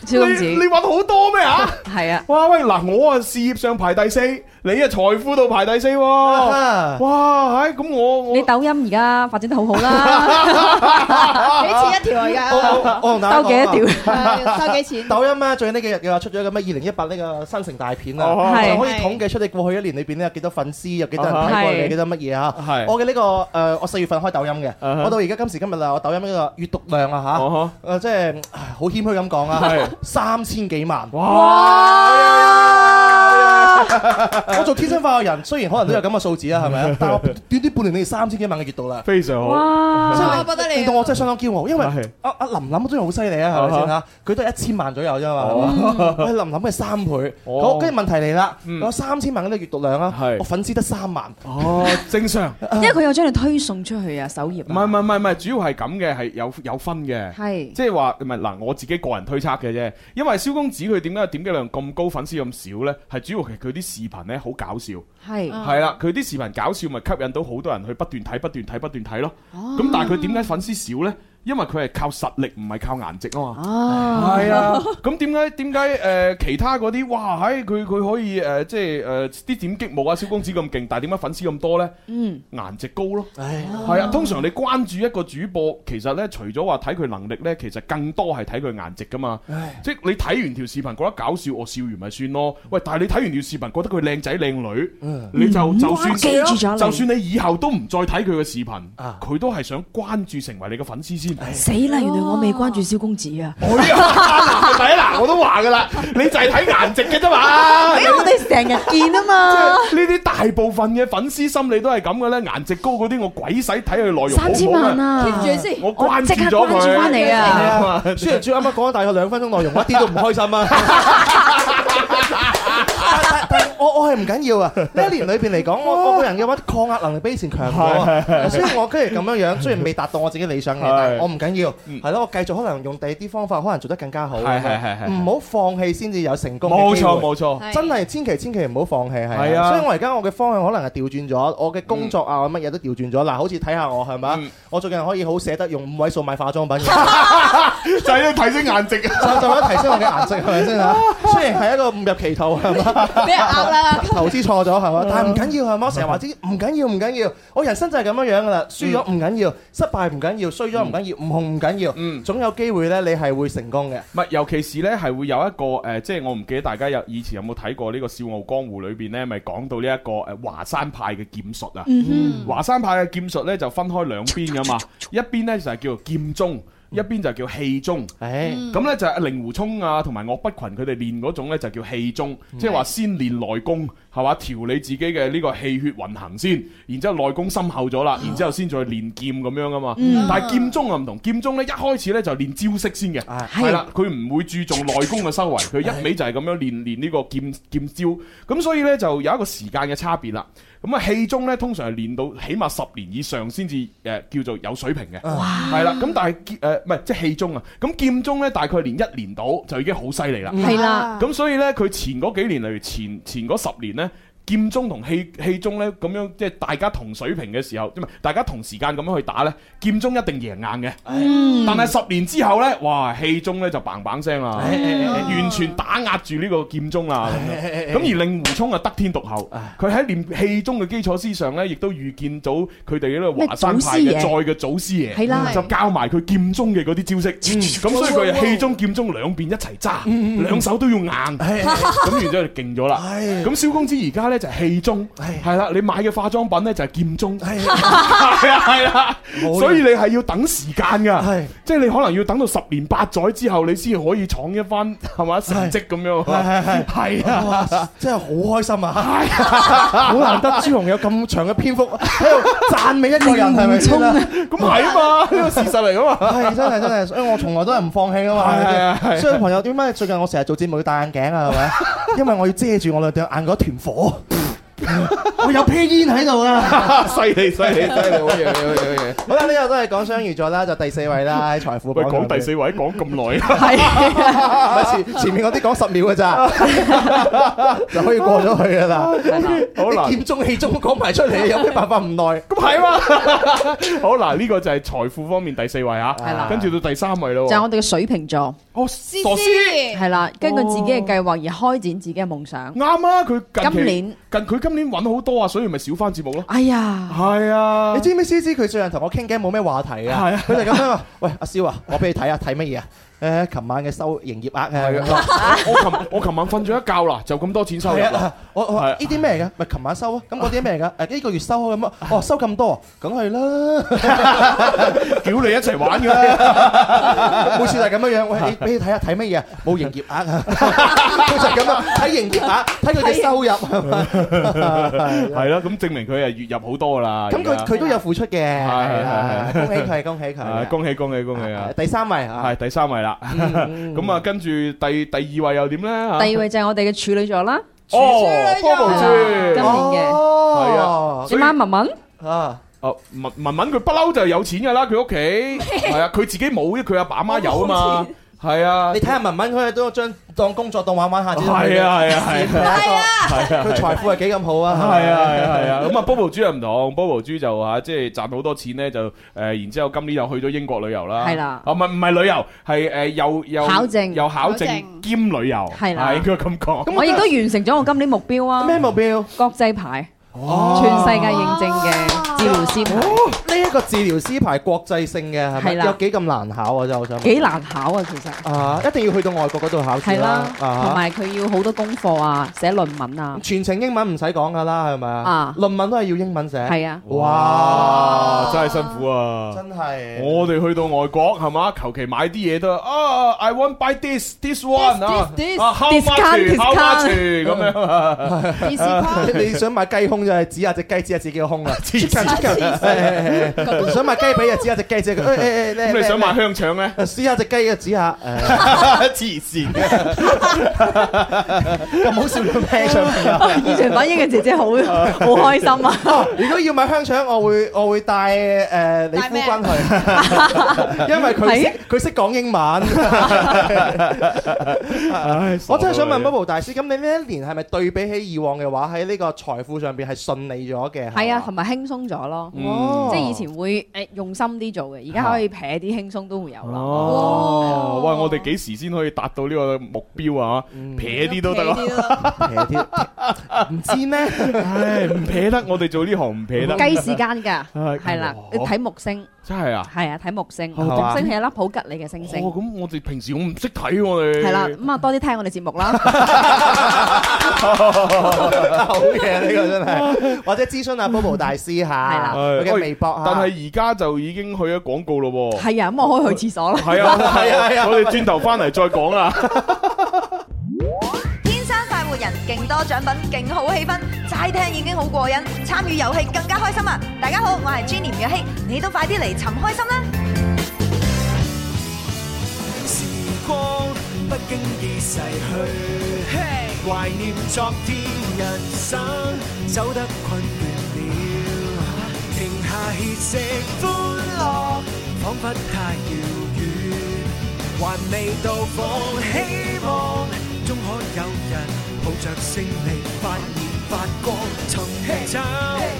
E: 子，你你揾好多咩
N: [laughs]
E: 啊？
N: 係啊，
E: 哇喂，嗱，我啊事業上排第四，你啊財富度排第四喎，
F: Uh-huh。
N: 啊
E: 哇，唉，咁我我
N: 你抖音而家發展得好好
E: [laughs]
N: 啦， [laughs]
G: 幾錢一條啊而家
F: 我我我同大家
N: 兜幾
E: [laughs]
N: 多條？ [laughs]
F: 條
G: 收幾錢？
F: 抖音咧最近呢幾日嘅話出咗咁嘅二零一八呢個新城大片啊，
E: 哦
F: 就可以
E: 係
F: 統計出你過去一年裏邊咧有幾多粉絲，有幾多人睇
E: 啊
F: 過
E: 哈
F: 你，幾多乜嘢啊？
E: 係 Uh-huh。
F: 我嘅呢個誒，我四月份開抖音嘅，
E: 哈
F: 我到而家今時今日啦，我抖音呢個閲讀量啊嚇，誒即係唉好謙虛咁講
E: 係
F: 啊，三千幾萬。
E: [laughs] 哇！
F: 我做天生化學人，雖然可能都有咁嘅數字啊，係咪啊？但我短短半年你哋三千幾萬嘅閲讀啦，
E: 非常
F: 好，真
G: 哇不得了
F: 係令到我真係相當驕傲，因為
E: 係
F: 阿阿林林都好犀利啊，係咪先啊？佢都係一千萬左右啫嘛，係嘛？喂，林林嘅三倍，
E: 哦
F: 好，跟住問題嚟啦，
E: 嗯
F: 我三千萬嘅閲讀量啊，我粉絲得三萬，
E: 哦，正常。
N: 因為佢有將你推送出去啊，首頁
E: 唔係唔係唔係唔係，主要係咁嘅，係有有分嘅，
N: 係
E: 即係話唔係嗱，我自己個人推測嘅啫。因為蕭公子佢點解點擊量咁高，粉絲咁少呢？係主要係佢啲視頻呢好搞笑，
N: 係
E: 係啦，佢啲視頻搞笑咪吸引到好多人去不斷睇、不斷睇、不斷睇咯。
N: 哦
E: 咁但係佢點解粉絲少呢？因為佢係靠實力，唔係靠顏值啊嘛。
N: 哦
E: 係
N: [laughs]
E: 啊，咁點解點解誒其他嗰啲哇，唉佢佢可以誒、即係誒啲點擊冇啊蕭公子咁勁，但係點解粉絲咁多呢？
N: 嗯，
E: 顏值高咯，係啊，通常你關注一個主播，其實呢，除咗話睇佢能力呢，其實更多係睇佢顏值噶嘛。即係你睇完條視頻覺得搞笑，我笑完咪算咯。喂，但係你睇完條視頻覺得佢靚仔靚女，你就
N: 嗯
E: 就算
N: 哇記住咗你
E: 就算你以後都唔再睇佢嘅視頻，佢都係想關注成為你嘅粉絲先。
N: 死啦！原來我未關注蕭公子啊，
E: 哦 [laughs] 係咪啊嗱，我都話噶啦，你就係睇顏值嘅啫 [laughs] 嘛。
N: 因為我哋成日見啊嘛。
E: 呢啲大部分嘅粉絲心理都係咁嘅咧，顏值高嗰啲我鬼使睇佢內容好唔好
N: 三千萬啊
E: 咩
N: keep 住先
E: 我關
N: 我即
E: 注咗
N: 刻關注
E: 佢，
N: 返你啊
E: [laughs]
F: 係啊雖然主要啱啱講咗大概兩分鐘內容，我一啲都唔開心啊。但但我我係唔緊要啊！呢一年裏邊嚟講，我我個人嘅話抗壓能力比以前強咗
E: 係係
F: 啊，
E: 係
F: 所以我跟住咁樣樣，雖然未達到我自己理想嘅，
E: 係嗯
F: 但係我唔緊要，係咯，我繼續可能用第二啲方法，可能做得更加好。
E: 係係係係
F: 唔好放棄先至有成功
E: 冇
F: 嘅機會。
E: 錯冇錯
F: 真係千祈千祈唔好放棄係
E: 係啊嗯
F: 所以我而家我嘅方向可能係調轉咗，我嘅工作啊，我乜嘢都調轉咗。嗱，好似睇下我係咪？我最近可以好捨得用五位數買化妝品嘅。
E: [laughs] 就係要提升顏值，就
F: 就為咗提升我嘅顏值係咪先嚇？雖然係一個誤入歧途 [laughs] 係嘛，
G: 俾人呃啦
F: 投資錯咗係嘛，但係唔緊要係嘛，我成日話知唔緊要唔緊要，我人生就係咁樣樣噶啦，輸咗唔緊要，失敗唔緊要，衰咗唔緊要，唔紅唔緊要，總有機會咧，你係會成功嘅。
E: 唔係，嗯尤其是呢係會有一個誒、呃即係我唔記得大家有以前有冇睇過呢個《笑傲江湖》裏邊呢咪講到呢一個誒華山派嘅劍術啊。
L: 嗯哼
E: 華山派嘅劍術呢就分開兩邊 [laughs] 噶嘛，一邊呢就係叫做劍宗。一邊就叫氣宗，
F: 嗯
E: 咁呢就係令狐沖啊同埋岳不群佢哋練嗰種呢就叫氣宗，即係話先練內功，係嘛調理自己嘅呢個氣血運行先，然之後內功深厚咗啦，然之後先再練劍咁樣啊嘛。
L: 嗯
E: 但係劍宗啊唔同，劍宗呢一開始呢就練招式先嘅，係啦，佢唔會注重內功嘅修為，佢一味就係咁樣練練呢個劍劍招，咁所以呢，就有一個時間嘅差別啦。咁啊氣宗呢，通常係練到起碼十年以上先至誒叫做有水平嘅，係啦。咁但係劍誒唔係即係氣宗啊，咁劍宗呢，大概練一年到就已經好犀利啦。
N: 係啦
E: 咁所以呢，佢前嗰幾年，例如前前嗰十年呢。劍宗同氣氣宗呢，咁樣，即係大家同水平嘅時候，唔係大家同時間咁樣去打呢，劍宗一定贏硬嘅。
L: 嗯
E: 但係十年之後呢，哇，氣宗呢就砰砰聲啦，
L: 哎
E: 完全打壓住呢個劍宗啦。咁
L: 哎哎
E: 樣
L: 哎
E: 咁而令狐沖啊得天獨厚，佢喺練氣宗嘅基礎之上呢，亦都遇見到佢哋呢個華山派
L: 咩祖師
E: 嘅再
L: 爺
E: 嘅祖師
L: 係啦
E: 爺，嗯就教埋佢劍宗嘅嗰啲招式。咁所以佢係氣宗劍嗯宗兩邊一齊揸，兩手都要硬。咁然之後就勁咗啦。咁蕭公子而家呢。咧就係戲中，係啦，你買嘅化妝品咧就係劍中，係
H: 啊
E: 啊 [laughs] 係啦，
H: 冇嘢
E: 所以你係要等時間㗎，即係你可能要等到十年八載之後，你先可以闖一番係嘛成績咁樣，
F: 係係
E: 係
F: [laughs] 哇
E: 啊，
F: 真係好開心啊！
E: 係
F: [laughs] 好難得朱紅有咁長嘅篇幅喺度讚美一個人，係咪先啦？
E: 咁係啊嘛，呢個事實嚟
F: [laughs]
E: 㗎嘛，
F: 係真係真係，所以我從來都係唔放棄啊嘛。
E: 係係係
F: 所以朋友點解最近我成日做節目要戴眼鏡啊？
E: [laughs]
F: 係咪？因為我要遮住我兩對眼嗰團火，我有披煙喺度
E: [laughs]
F: 啊！
E: 犀利犀利犀利，好嘢好嘢好嘢好嘢。
F: 好啦，呢個都係講雙魚座啦，就第四位啦，喺財
E: [laughs]
F: 富
E: 喂，
F: 榜。
E: 講第四位講咁 [laughs] 耐，
F: 唔係前前面嗰啲講十秒嘅咋，
E: [laughs]
F: 就可以過咗去噶啦。
E: 好難
F: 你劍中氣中講埋出嚟，有咩辦法唔耐？咁
E: 係嘛？好嗱，呢個就係財富方面第四位嚇
N: 係啦，
E: 跟住到第三位咯
N: 就係我哋嘅水瓶座。
E: 哦，
N: 傻
E: 師
N: 係啦，根據自己
E: 哦
N: 嘅計劃而開展自己嘅夢想。
E: 啱啊！佢近期
N: 今年
E: 近佢今年揾好多啊，所以咪少翻節目咯。
N: 哎呀，
E: 係 [laughs] 啊
F: 你知唔知思思佢最近同我傾偈冇咩話題啊？
E: 係啊
F: 佢就咁樣話：喂，阿蕭啊，我俾你睇啊，睇乜嘢啊？誒，琴晚嘅收營業額
E: 係
F: 啊
E: 啊，我我琴我琴晚瞓咗一覺啦，就咁多錢收入
F: 係
E: 啦
F: [laughs] 啊。，我我
E: 係
F: 呢
E: 啊
F: 啲咩嚟㗎？咪琴
E: [laughs]
F: 晚收啊，咁嗰啲咩嚟㗎？誒呢個月收啊咁啊，哦收咁多，梗
E: [laughs]
F: 係啦。
E: 屌你一齊玩㗎啦！
F: 每次就係咁樣樣，喂，你俾你睇下睇乜嘢啊？冇營業額
E: [laughs]
F: 啊，佢就係咁啊，睇營業額，睇佢嘅收
E: [laughs]
F: 入係咪？
E: 係啦，咁證明佢係月入好多啦。
F: 咁
E: 而家
F: 佢佢都有付出嘅，係啊
E: 係係係
F: 恭喜佢，恭喜
E: 係
F: 佢。
E: 恭喜恭喜恭喜啊！
F: 第三位啊
E: 係第三位 [laughs] 啦。咁啊，跟住第第二位又點咧？
N: 第二位就係我哋嘅處女座啦。
E: 哦
N: 係
E: Bobo
N: 啦
E: 豬
N: 今年嘅
E: 係啊，所
N: 點
E: 以
N: 啊，文文？
F: 啊！
E: 哦，文文文佢不嬲就有錢㗎啦，
N: [laughs]
E: 佢屋企係啊，佢自己冇，佢阿爸阿媽有啊嘛，係啊
F: 你。睇下文文佢都將當工作當玩玩下啫。
E: 係啊係啊係啊係啊
F: 佢財富係幾咁好啊！
E: 係啊係啊係啊，咁啊 Bobo 豬又唔同，Bobo 豬就嚇即係賺好多錢咧，就誒，然之後今年又去咗英國旅遊啦。
N: 係啦
E: 啊唔係唔係旅遊，係誒又又
N: 考證
E: 又考
N: 考
E: 證
N: 證
E: 兼旅遊，
N: 係啦
E: 係應該咁講。
N: 我亦都完成咗我今年目標啊！咩
F: 目標？
N: 國際牌，全世界認證嘅治療師牌，
F: 哦呢一個治療師牌國際性嘅係咪
N: 哦係啦
F: 有幾咁難考啊？真係我想問
N: 幾難考啊！其實
F: 啊！一定要去到外國嗰度考試
N: 係啦
F: 啦，，啊
N: 同埋佢要好多功課啊，寫論文啊。
F: 全程英文唔使講噶啦，係咪啊
N: 啊？
F: 論文都係要英文寫。
N: 係啊
F: 哇！
E: 真係辛苦啊！
F: 真係
E: 我哋去到外國係嘛，求其買啲嘢都啊，I want buy this this one 啊
F: this，
E: 啊，how
F: discount，
E: much，how much
F: discount
E: 咁樣
F: [laughs]
E: 啊。
F: 你你想買雞胸就係指下只雞，指下自己個胸啊！
E: [laughs] 黐線
F: [laughs]
E: 黐線
F: 係係
N: [laughs]
F: 係想買雞髀就指下只雞，指下佢誒誒誒
E: 咁你想買香腸
F: [laughs]
E: 咧？
F: 指下只雞嘅指下
E: [laughs] 黐線
F: 咁好笑你咩上面？
N: 現場反應嘅姐 [laughs] 姐好好開心 [laughs] 啊！
F: [laughs] 如果要買香腸，我會我會帶誒你夫君
N: 啊 [laughs]
F: 去，因為佢識佢識講英文。我真係想問 Bobo 大師，咁你呢一年係咪對比起以往嘅話，喺呢個財富上邊係順利咗嘅？
N: 係啊，同埋輕鬆咗咯，
F: 嗯
N: 即係以前會誒用心啲做嘅，而家可以撇啲輕鬆都會有咯。
E: 哦，喂，我哋幾時先可以達到呢個目標啊？撇啲都得咯，
F: 嗯撇啲唔知咩？
E: 唉，唔撇得，我哋做呢行唔撇得。
N: 計時 [laughs] 間㗎，
E: 唉
N: 係啦，
E: 哇
N: 要睇木星，
E: 真係啊！
N: 係啊，睇木星，
E: 哦
N: 木星係一粒好吉利嘅星
E: 哦，
N: 星，
E: 咁我哋平時我唔識睇喎你。
N: [laughs] 係啦，咁啊多啲聽我哋節目
F: [laughs]
N: 啦。
F: 好嘢呢個真係，或者諮詢下
N: [laughs]
F: Bobo 大師嚇，佢嘅
E: 喂
F: 微博啊
E: 但
F: 嚇。
E: 係而家就已經去咗廣告咯喎。
N: 係啊，咁我可以去廁所啦。
E: 係啊，係啊，
F: [laughs] 係啊
E: 我哋轉頭翻嚟再講啊啦。
O: 天生快活人，勁多獎品，勁好氣氛，齋聽已經好過癮，參與遊戲更加開心啊！大家好，我係 Jenny 吳若希，你都快啲嚟尋開心啦！
H: 時光不經意逝去，懷念昨天，人生走得困倦了，停下歇息，歡樂彷彿太遙遠，還未到訪，希望終可有人抱着勝利發熱發光，尋找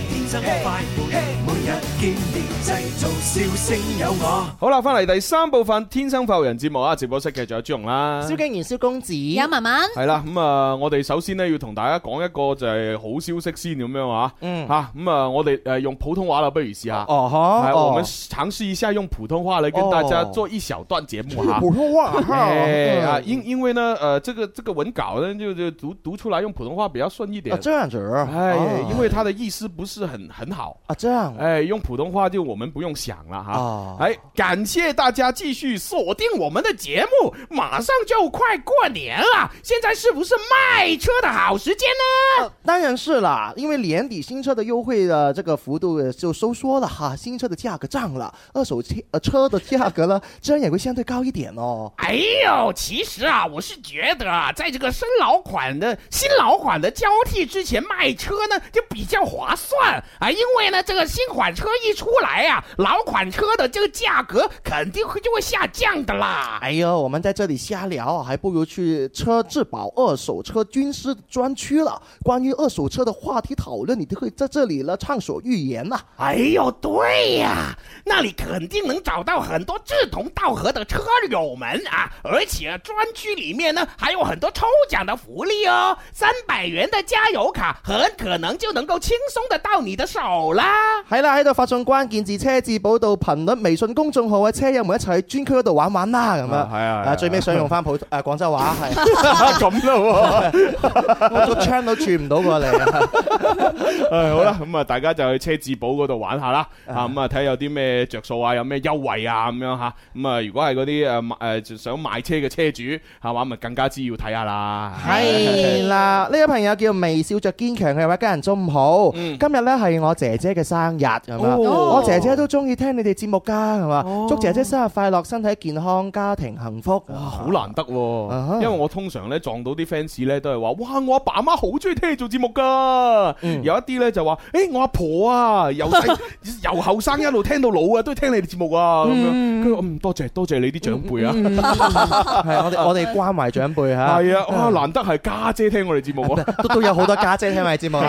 H: 天生快活，每日見面製造新
M: 笑聲有我。
E: 好啦，翻嚟第三部分《天生浮人》節目啊，直播室嘅仲有朱容啦。
F: 蕭敬元、蕭公子，
G: 有文文，
E: 系啦，咁啊，我哋首先咧要同大家講一個就係好消息先咁樣啊，
F: 嗯
E: 吓咁啊，我哋诶用普通話啦，不如試下。
F: 哦哈
E: 係
F: 哦
E: 我們嘗試一下用普通話來跟大家
F: 哦
E: 做一小段節目哈。
F: 普通哦話
E: [laughs]
F: 哈
E: 哎
F: 嗯
E: 啊，因因為呢，呃，這個這個文稿呢，就就讀讀出來用普通話比較順一點
F: 啊。這樣子啊
E: 哎
F: 啊，
E: 因為它的意思不是很很好。
F: 啊，這樣
E: 哎，用普通話就我們不用想了
F: 啊
E: 哈。哎，感謝大家繼續鎖定我們的節目，馬上就快過年了，現在是不是賣車的好時間呢？
F: 当然是啦，因为年底新车的优惠的这个幅度呃就收缩了哈，新车的价格涨了，二手车呃车的价格呢，自然也会相对高一点哦。
P: 哎呦，其实啊，我是觉得啊，在这个新老款的新老款的交替之前卖车呢，就比较划算啊，因为呢，这个新款车一出来呀、老款车的这个价格肯定会就会下降的啦。
F: 哎呦，我们在这里瞎聊啊，还不如去车质保二手车军师专区了。关于二手车的话题讨论，你都可以在这里了畅所欲言呐、
P: 哎呦，对呀、那里肯定能找到很多志同道合的车友们啊！而且专区里面呢，还有很多抽奖的福利哦，三百元的加油卡很可能就能够轻松的到你的手啦。
F: 系啦，喺度發送關鍵字車智寶到頻率微信公眾號嘅車友們一齊去專區嗰度玩玩啦，咁樣。
E: 啊係啊係啊
F: 最尾想用翻普誒廣州話係。
E: 咁 [laughs] 咯
F: 我個窗都轉唔到過嚟啊！
E: 唉，好啦，咁啊，大家就去車智寶嗰度玩下啦，啊，咁啊，睇下有啲咩着數啊，有咩優惠啊，咁樣吓，咁啊，如果係嗰啲诶诶想買車嘅車主，係嘛，咪更加之要睇下啦。 [laughs]
F: 係啦，呢個朋友叫微笑着堅強，佢話家人中午好。今日呢係我姐姐嘅生日咁樣，
E: 嗯哦
F: 我姐姐都中意聽你哋節目㗎，係嘛？祝姐姐生日快樂，身體健康，家庭幸福。
E: 哦好難得喎，因為我通常咧撞到啲 fans 咧都係話，哇！我阿爸阿媽好中意聽你做節目噶，有一啲咧就話，誒我阿婆啊，由細 [laughs] 由後生一路聽到老啊，都聽你哋節目啊咁樣。跟住嗯，多謝多謝你啲長輩啊，
F: 係我哋我哋關懷長輩嚇。
E: [laughs] 係啊，哇！難得係家姐聽我哋節目 [laughs] 啊，哎
F: 都都有好多家姐聽我哋節目啦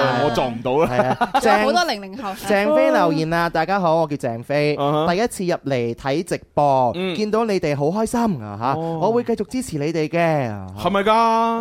F: 係啊
E: 我撞唔到啦。 [laughs]
G: 仲有
F: 鄭
G: 好多零零後。
F: 鄭飛留言啊！大家好，我叫鄭飛，
E: 哦
F: 第一次入嚟睇直播，
E: 嗯
F: 見到你哋好開心啊嚇！
E: 哦
F: 我會繼續支持你哋嘅。
E: 係咪㗎？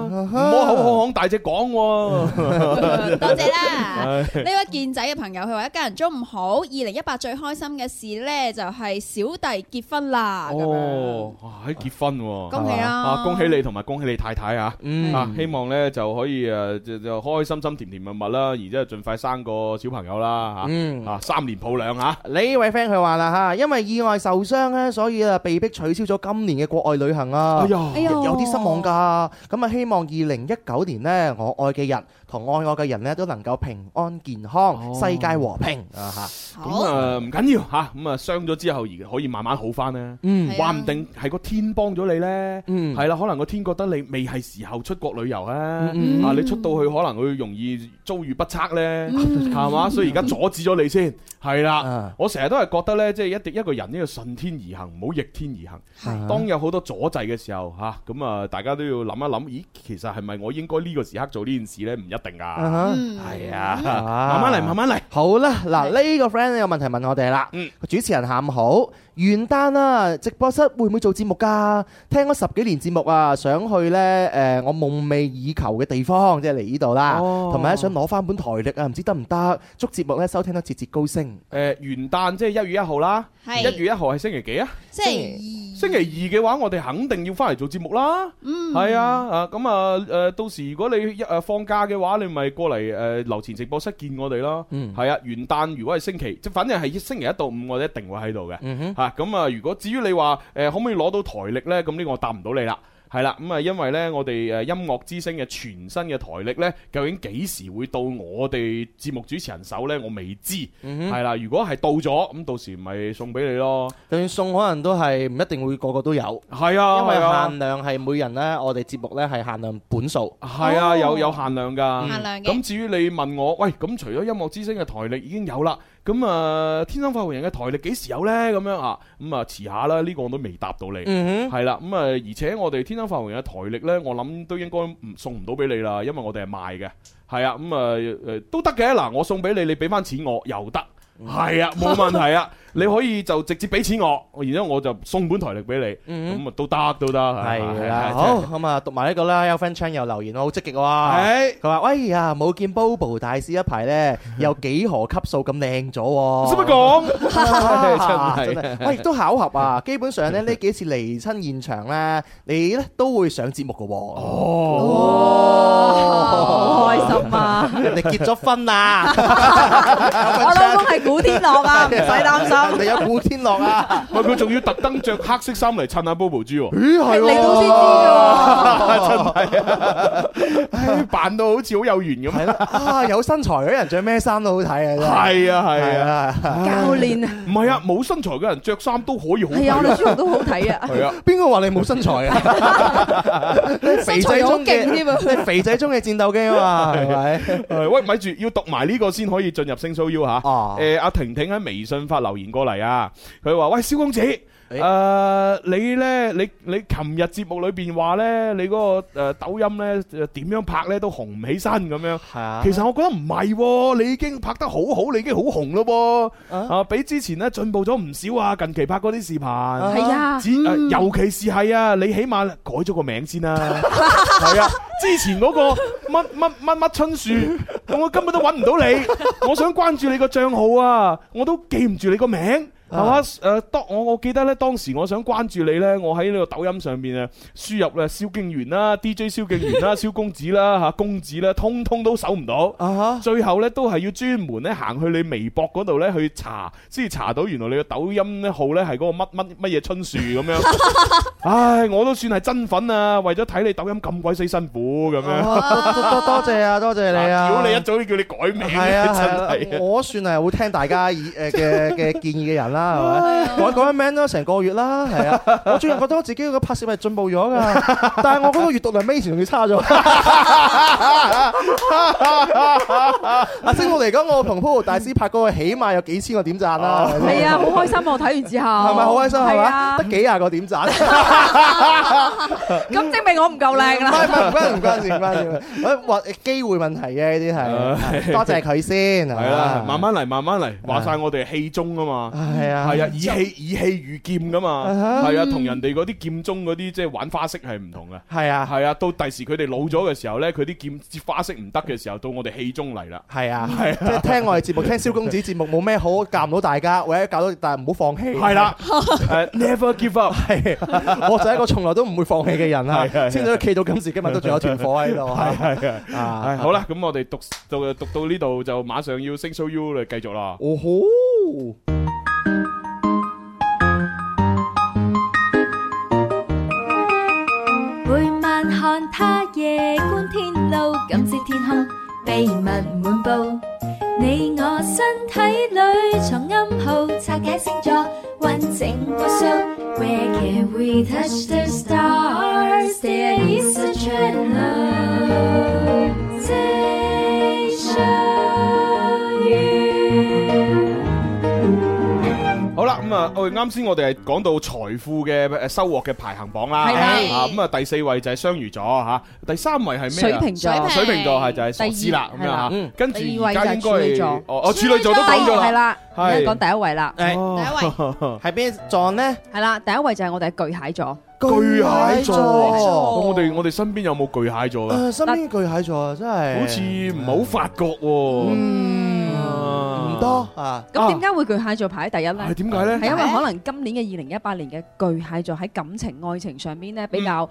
E: 唔好口口腔大隻講喎。
G: 多
F: [laughs]
G: 謝啦！呢位健仔嘅朋友，佢話一家人中午好。二零一八最開心嘅事呢，就係小弟結婚啦。
E: 哦，喺結婚喎，
G: 恭喜啊
E: 恭喜你同埋恭喜你太太啊！
F: 嗯
E: 啊，希望咧就可以誒就就開開心心、甜甜蜜蜜啦，然之後盡快生個小朋友啦
F: 嗯
E: 嚇，啊三年抱兩嚇。
F: 呢位 friend 佢話啦嚇，因為意外受傷咧，所以啊被逼取消咗今年嘅國外旅行啊，
E: 哎呀
F: 有有啲失望㗎。咁啊，希望二零一九年呢，我愛嘅人同愛我嘅人呢，都能夠平安健
E: 哦
F: 康，世界和平啊嚇。
E: 咁啊唔緊要嚇，咁啊傷咗之後而可以慢慢好翻咧。
F: 嗯
E: 話唔定係啊個天幫咗你咧。
F: 嗯
E: 係啦，可能個天覺得你未係時候出國旅遊咧。
F: 嗯
E: 啊，你出到去可能會容易遭遇不測咧，
F: 嗯啊
E: 係嘛？所以而家阻止咗你先。係啊啦，我成日都係覺得咧，即係一定一個人呢要順天而行，唔好逆天而行。
F: 係
E: 當有好多阻滯嘅時候嚇，咁啊大家都要諗一諗，咦，其實係咪我應該呢個時刻做呢件事咧？唔一定㗎。
G: 嗯
F: 啊哈
E: 係啊，慢慢嚟，慢慢嚟。
F: 好啦，嗱呢個 friend 有問題問我哋啦。個主持人下午好，元旦啊，直播室會唔會做節目㗎？聽咗十幾年節目啊，想去呢誒我夢寐以求嘅地方，即係嚟呢度啦。啊同埋呢想攞翻本台歷啊，唔知得唔得？祝節目呢收聽得節節高升。
E: 誒元旦即係一月一號啦，
G: 哦係嗯
E: 一月一號係星期幾啊？
G: 星期
E: 星期二嘅話，我哋肯定要翻嚟做節目啦。
G: 嗯
E: 係啊，啊咁啊誒，到時如果你一誒放假嘅話，你咪過嚟誒樓前直播室見我哋咯。
F: 嗯
E: 係啊，元旦如果係星期，即反正係星期一到五，我哋一定會喺度嘅。嚇咁啊，如果至於你話誒可唔可以攞到台歷呢？咁呢個我答唔到你啦。係啦，咁啊，因為呢，我哋誒音樂之星嘅全新嘅台歷呢，究竟幾時會到我哋節目主持人手呢？我未知。
F: 嗯
E: 係啦，如果係到咗，咁到時咪送俾你咯。
F: 就算送可能都係唔一定會個個都有，
E: 係啊，
F: 因為
E: 係啊
F: 限量係每人呢，我哋節目呢係限量本數。
E: 係啊，
F: 哦
E: 有有限量㗎。
F: 限
G: 量嘅
E: 咁至於你問我，喂，咁除咗音樂之星嘅台歷已經有啦，咁啊天生發育人嘅台歷幾時有呢？咁樣啊，咁啊遲下啦，呢個我都未答到你。
F: 嗯 [laughs]
E: 係啦，咁啊而且我哋天生發育人嘅台歷呢，我諗都應該唔送唔到俾你啦，因為我哋係賣嘅。係呃啊，咁啊誒都得嘅。嗱，我送俾你，你俾翻錢我又得。係啊，冇問題啊。你可以就直接俾錢我，然之後我就送本台歷俾你，
F: 嗯
E: 咁啊都得都得，
F: 係
E: 係
F: 啦，好啊咁啊，讀埋呢個啦。有 friend 唱又留言，好積極
E: 哎
F: 喎。佢話：喂呀，冇見 Bobo 大師一排 [laughs] 咧，有幾何級數咁靚咗喎。
E: 使乜
F: [laughs]
E: 講
F: 啊
E: 真係
F: 真係，喂，都巧合啊！基本上咧，呢幾次嚟親現場咧，你咧都會上節目嘅喎。 [laughs] 哦，
N: 好開心啊！
F: 人哋結咗婚啊啦，我
N: 老公係古天
F: [laughs]
N: 樂啊，唔使擔心。
F: 人哋有古天樂啊，
E: 喂，佢仲要特登着黑色衫嚟襯下 Bobo 豬喎，
F: [laughs] 咦係喎
E: 你
F: 你都先知 [laughs]
E: 知真係啊，唉扮到好似好有緣咁，
F: 係啦，啊有身材嗰啲人着咩衫都好睇啊！真
E: 係啊係啊，
N: 教練啊，
E: 唔係啊，冇身材嘅人着衫都可以好睇，
N: 係啊，我哋朱紅都好
F: [laughs]
N: 睇啊。
E: 係啊。
F: 邊個話你冇身材啊？肥仔中
N: 身材好勁添啊
F: 嘅，你肥仔中嘅戰鬥機啊嘛，係咪？
E: 誒喂，咪住，要讀埋呢個先可以進入星 show U 嚇。
F: 哦
E: 誒，阿婷婷喺微信發留言過嚟啊，佢話：喂，蕭公子。誒、你呢？你你琴日節目裏邊話呢，你嗰、個、誒抖音呢，誒點樣拍呢都紅唔起身咁樣。其實我覺得唔係喎，你已經拍得好好，你已經好紅咯喎。啊比之前呢進步咗唔少啊！近期拍嗰啲視頻係
N: 啊
E: 呃尤其是係啊，你起碼改咗個名先啦、係啊，之前嗰個乜乜乜乜春樹，我根本都揾唔到你。我想關注你個帳號啊，我都記唔住你個名。係嘛？誒，當我我記得咧，當時我想關注你咧，我喺呢個抖音上邊啊，輸入咧蕭敬元啦、DJ 蕭敬元啦、蕭公子啦、嚇公子啦，通通都搜唔到。
F: 啊 [laughs]
E: 最後咧都係要專門咧行去你微博嗰度咧去查，先至查到原來你個抖音咧號咧係嗰個乜乜乜嘢春樹咁樣。
F: [laughs]
E: 唉，我都算係真粉啊！為咗睇你抖音咁鬼死辛苦咁樣。
F: 多多多謝啊，多謝哦你啊！
E: 啊屌你一早都叫你改名，
F: 係啊
E: 真
F: 係
E: 係
F: 啊，
E: 啊。
F: 我算係會聽大家意誒嘅
E: [laughs]
F: 嘅建議嘅人啦，係咪？我講緊 man 都成個月啦，係
E: [laughs]
F: 啊！我最近覺得我自己個拍攝係進步咗㗎，但係我嗰個閱讀量比以前仲
E: [laughs]
F: 要差咗。 [laughs] 阿星啊我嚟講，我同 Pool 大師拍嗰個起碼有幾千個點贊啦。係咪
N: 係啊，好開心啊！我睇完之後，
F: 係咪好開心？係
N: 係
F: 嘛？
N: 啊
F: 得幾廿個點贊。
N: 咁證明我唔夠靚
F: 唔係
N: 啦。
F: 唔係唔關唔關事唔關事，誒或機會問題嘅呢啲係，多謝佢先
E: 係
F: 啊
E: 啦，慢慢嚟，慢慢嚟，話晒我哋係氣中啊嘛，
F: 係啊
E: 係啊，以氣以氣御劍噶嘛，
F: 啊哈
E: 係啊，同人哋嗰啲劍中嗰啲即係玩花式係唔同嘅，
F: 係啊
E: 係啊，到第時佢哋老咗嘅時候咧，佢啲劍花式唔得嘅時候，到我哋氣中嚟啦，
F: 係啊，
E: 係
F: 即係聽我哋節目，聽蕭公子節目冇咩好教唔到大家，或者教到但係唔好放棄。
E: 係 [laughs] 啦，誒 never give up，
F: 係，我就係一個從來都唔會放棄嘅人啦
E: 係係，係
F: 先到企到今時今日都仲有團火喺度。
E: 係係係
F: 啊
E: 唉好啦，咁我哋讀到讀到呢度就馬上要升 show U 嚟繼續啦。
F: 哦吼！
J: 每晚看他夜觀天路，感知天空秘密滿布。你我身體裏藏暗號，拆解星座，完整無數。Where can we touch the stars? There is a translation.
E: 好啦，咁啊，我哋啱先我哋係講到財富嘅誒收穫嘅排行榜啦，
N: 係啦
E: 啊咁啊第四位就係雙魚座嚇，第三位係咩
N: 水
E: 啊？
N: 瓶座
E: 水瓶座係就係
N: 第
E: 傻
N: 二
E: 師啦咁
N: 係
E: 樣
N: 啦
E: 嚇
N: 嗯，
E: 跟住
N: 第二
E: 而
N: 位就
E: 家
N: 係
E: 應該
N: 處女座
E: 係哦哦處女座都講咗
N: 係啦，而
E: 係
N: 家講第一位啦，
F: 係
E: [laughs]
N: 第一位
F: 係邊撞呢？
N: 係啦，第一位就係我哋嘅巨蟹座。
E: 巨蟹座啊，
N: 巨蟹座
E: 我哋我哋身邊有冇巨蟹座
F: 誒，
E: 㗎？
F: 身邊巨蟹座真係
E: 好似唔係好發覺喎，唔
F: 多啊。
N: 咁點解會巨蟹座排喺第一咧？
E: 係點解咧
N: 係因為可能今年嘅二零一八年嘅巨蟹座喺感情愛情上邊咧比較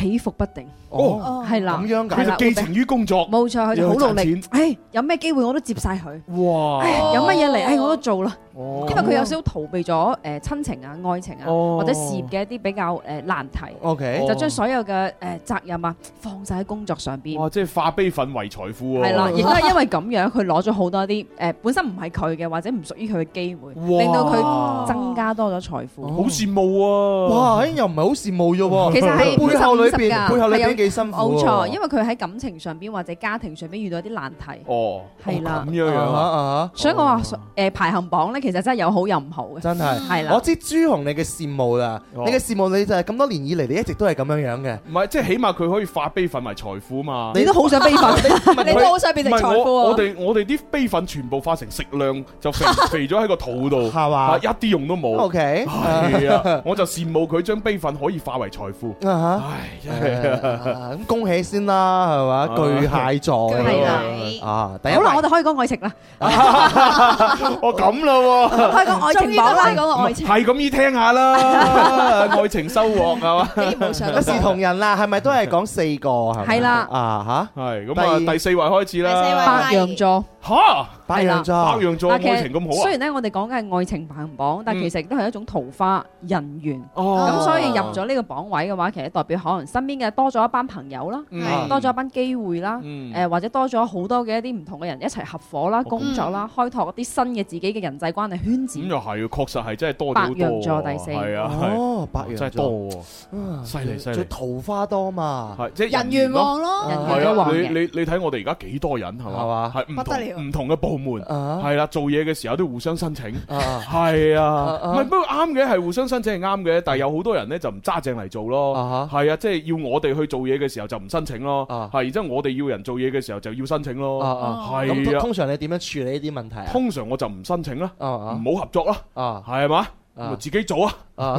N: 起伏不定。
E: 哦
N: 係啦，
E: 咁樣㗎
N: 係啦
E: 佢就寄情於工作，
N: 冇錯，佢就好努
E: 又
N: 力
E: 去賺。
N: 唉，有咩機會我都接晒佢。
E: 哇哦
N: 唉有乜嘢嚟？唉，我都做啦。
E: 因
N: 為佢有少少逃避咗誒親情啊、愛情啊
E: 哦
N: 或者事業嘅一啲比較誒難題。
E: OK
N: 就將所有嘅誒責任啊放晒喺工作上邊。
E: 哇，即係化悲憤為財富喎，
N: 係啦，亦都係因為咁樣，佢攞咗好多啲誒本身唔係佢嘅或者唔屬於佢嘅機會，
E: 哇
N: 令到佢增加多咗財富。
E: 好羨慕啊！
F: 哇，誒又唔係好羨慕啫喎， [laughs]
N: 其實係
F: 背後裏邊
N: 㗎
F: 背後裏邊
N: 係有
F: 幾辛苦
N: 冇
F: 喎
N: 錯，因為佢喺感情上邊或者家庭上邊遇到一啲難題。
E: 哦，
N: 係啦
E: 咁樣樣
F: 啊哈啊
N: 所以我話誒排行榜咧，其實真係有好有唔好嘅。
F: 真係，
N: 係啦
F: 我。知朱紅你嘅羨慕啦，你嘅羨慕你就係咁多年以嚟，你一直都係咁樣樣嘅。
E: 唔係，即係起碼佢可以化悲憤為財富嘛。
F: 你都好想 [laughs] 悲憤你都好想變
E: 唔係
F: 成
E: 我
F: 財富啊
E: 我哋我哋啲悲憤全部化成食量，就肥肥咗喺個肚度，係 [laughs]
F: 嘛
E: 一啲用都冇。
F: OK
E: 係啊，我就羨慕佢將悲憤可以化為財富。
F: 啊 [laughs]
E: 真 [laughs] 係
F: 啊咁恭喜先啦，係嘛？巨蟹座
N: 係啦
F: 啊，第一
N: 好啦，我
F: 位
N: 哋可以講愛情
E: [laughs]
N: 啦，
E: 哦咁咯喎，
N: 開講愛情榜啦
E: 終於都開講 [laughs] 愛情係咁易聽下啦，愛情收穫係嘛？
F: 一視同仁啦，係咪都係講四個係咪？
N: 係啦
F: 啊吓，
E: 係咁啊，第四位開始啦。
N: 白羊座。
E: 吓，
F: 白羊座，
E: 白羊座
N: 但其實
E: 愛情咁好啊嗯
N: 雖然咧，我哋講嘅係愛情排行榜，但其實都係一種桃花人緣。
E: 哦
N: 咁所以入咗呢個榜位嘅話，其實代表可能身邊嘅多咗一班朋友啦
E: 嗯，
N: 多咗一班機會啦，
E: 嗯哦
N: 誒或者多咗好多嘅一啲唔同嘅人一齊合伙啦、工作
E: 嗯
N: 啦，開拓一啲新嘅自己嘅人際關係圈子
E: 咁。又係，確實係真係多咗好多
N: 白羊座第四
E: 係啊，係
F: 哦，白羊座
E: 真係多喎，犀利犀利
F: 最。桃花多嘛，
E: 係即係
F: 人緣
E: 咯
F: 旺咯人緣
E: 係
F: 都
E: 啊
F: 旺
E: 你
F: 嘅
E: 你你睇我哋而家幾多人係嘛？係唔
F: 不得了
E: 同唔同嘅部門
F: 啊
E: 係啦，做嘢嘅時候都互相申請，
F: 啊
E: 係啊，
F: 啊
E: 唔係不過啱嘅係互相申請係啱嘅，但係有好多人咧就唔揸正嚟做咯，係啊，即係要我哋去做嘢嘅時候就唔申請咯，係，然之後我哋要人做嘢嘅時候就要申請咯，
F: 咁
E: 係
F: 通
E: 啊
F: 通。常你點樣處理呢啲問題啊？
E: 通常我就唔申請啦，唔好合作啦，係嘛？咪自己做啊！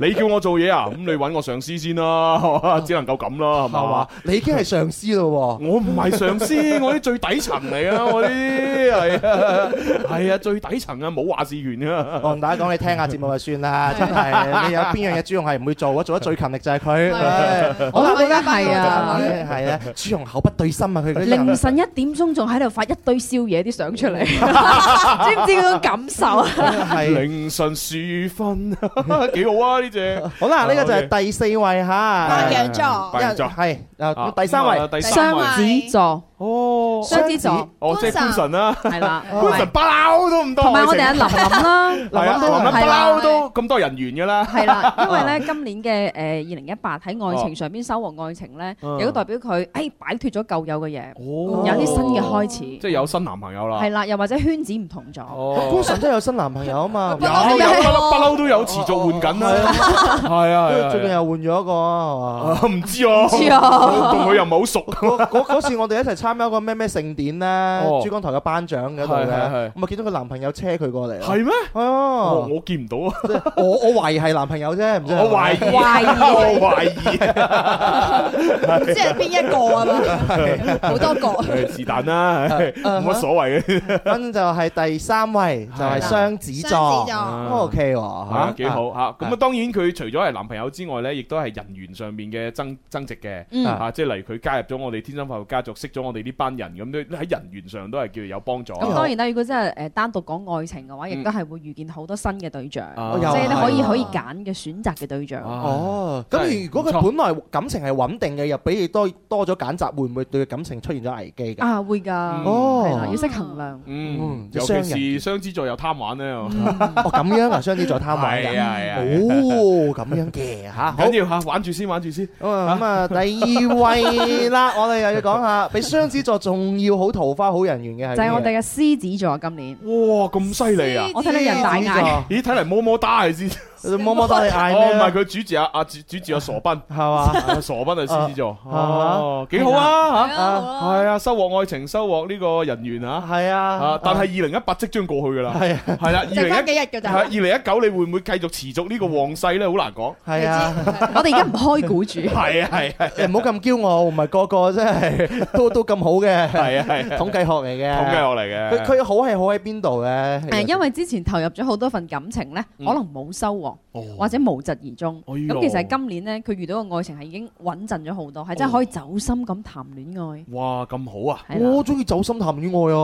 E: 你叫我做嘢 [laughs] 啊，咁你揾我上司先啦， [laughs] 只能夠咁啦，係
F: 係
E: 嘛
F: 嘛？？你已經係上司咯
E: [laughs]
F: 喎，
E: 我唔係上司，我啲最底層嚟啊！我啲係啊，係啊，最底層啊，冇話事權啊！
F: 我同大家講，你聽下節目就算啦，真係你有邊樣嘢朱紅係唔會做啊？做得最勤力就係佢。唉
N: 我都覺得係啊，
F: 係啊，朱紅口不對心啊，佢嗰啲人
N: 凌晨一點鐘仲喺度發一堆宵夜啲相出 [laughs] 嚟，知唔知嗰種感受啊？
F: 係
E: 凌晨時分， [laughs] 幾好啊！呢只
F: 好啦，呢個就係第四位吓，
E: 白羊座
F: 因為係啊，第三位，
E: 第三位
N: 雙子座
E: 哦
N: 雙哦子座
E: 哦，即係官神啦，
N: 係啦
E: 官神不嬲都唔多愛情，
N: 同埋我哋阿林林啦，
E: 係啊，林林不
N: 係啦
E: 嬲都咁多人緣噶啦，
N: [laughs] 係啦，因為咧今年嘅誒二零一八喺愛情上邊收穫愛情咧，
E: 嗯
N: 亦都代表佢誒擺脱咗舊有嘅嘢，
E: 有
N: 啲新嘅開始，
E: 即係有新男朋友啦，
N: 係啦，又或者圈子唔同咗。
F: 官神都有新男朋友啊嘛，
E: 有有不嬲不嬲都有持續換緊啦，係啊係啊，
F: 最近又換咗一個啊，係
E: 嘛？唔知啊，同佢又唔係好熟。
F: 嗰嗰嗰次我哋一齊參加個咩咩盛典咧
E: 哦，
F: 珠江台嘅頒獎嗰度
E: 係係係
F: 咧，我咪見到佢男朋友車佢過嚟咯。
E: 係咩？
F: 係啊，
E: 我見唔到啊！
F: 我我懷疑係男朋友啫，唔知係咪。
E: 我懷疑， [laughs] 我懷疑，
G: 即係邊一個啊嘛？好多個。
E: 誒是但啦，唉冇乜所謂嘅。
F: 咁就係第三位，就係雙子座
G: 雙子座
F: ，O K 喎，
E: 係啊，幾好嚇！
F: 啊
E: 咁啊，當然佢除咗係男朋友之外咧，亦都係人緣上面嘅增增值嘅
F: 嗯
E: 嚇，即係例如佢加入咗我哋天生發育家族，識咗我哋呢班人，咁都喺哎人緣上都係叫有幫助。啊
N: 咁當然啦，如果真係誒單獨講愛情嘅話，亦都
E: 嗯
N: 係會遇見好多新嘅對象，
E: 啊
N: 即係你可以
F: 又係
N: 可以揀嘅選擇嘅對象。
E: 嗯
F: 哦，咁如果佢本來感情係穩定嘅，又俾你多多咗揀擇，會唔會對佢感情出現咗危
E: [laughs]
F: 機㗎？
N: 啊，會㗎，
F: 哦
N: 係啦，要識衡量。
E: 嗯，
F: 有
E: 尤
F: 雙
E: 其
F: 人
E: 是雙子座又貪玩咧，哦，
F: 哦，咁樣啊，雙子座貪玩
E: 係啊係啊
F: 㗎，
E: 係啊
F: 哦，咁樣嘅
E: [laughs]
F: 嚇，好
E: 緊要嚇，玩住先，玩住先。
F: 咁啊，第二位
E: [laughs]
F: 啦，我哋又要講下，比雙子座仲要好桃花好人緣嘅係邊
N: 就
F: 個，
N: 係我哋嘅獅子座今年。
E: 哇，咁犀利啊！
N: 我睇你人大嗌，
E: 咦，睇嚟么么哒係先，
F: 么么哒你嗌咩
E: 哦，唔係佢主持阿阿主主持阿啊傻斌，係
F: 嘛
E: 傻斌係獅子座，
F: 啊
E: 哦，幾好啊嚇，係啊，收穫愛情，收穫呢個人緣啊，
F: 係啊，
E: 啊，但係二零一八即將過去㗎 [laughs] 啦，
F: 係啊，
E: 係啦，二
N: 剩
E: 零
N: 翻
E: 一
N: 幾日㗎咋
E: 二零一九你會唔會繼續持續呢個旺勢咧？好難講，
F: 係啊，
N: 我哋而家唔開估
F: [laughs]
N: 住。
E: [laughs] 係啊係啊，
F: 你唔好咁驕傲，唔係個個真係
E: [laughs]
F: 都都咁好嘅，
E: 係啊係啊
F: 統計學嚟嘅，
E: [laughs] 統計學嚟嘅
F: 佢佢好係好喺邊度咧？
N: 誒，因為之前投入咗好多份感情咧，可
F: 嗯
N: 能冇收穫，
F: 哦
N: 或者無疾而終。
F: 喲
N: 咁其實今年咧，佢遇到嘅愛情係已經穩陣咗好
F: 哦
N: 多，係真係可以走心咁談戀愛。
E: 哇，咁好啊！
F: 我中意走心談戀愛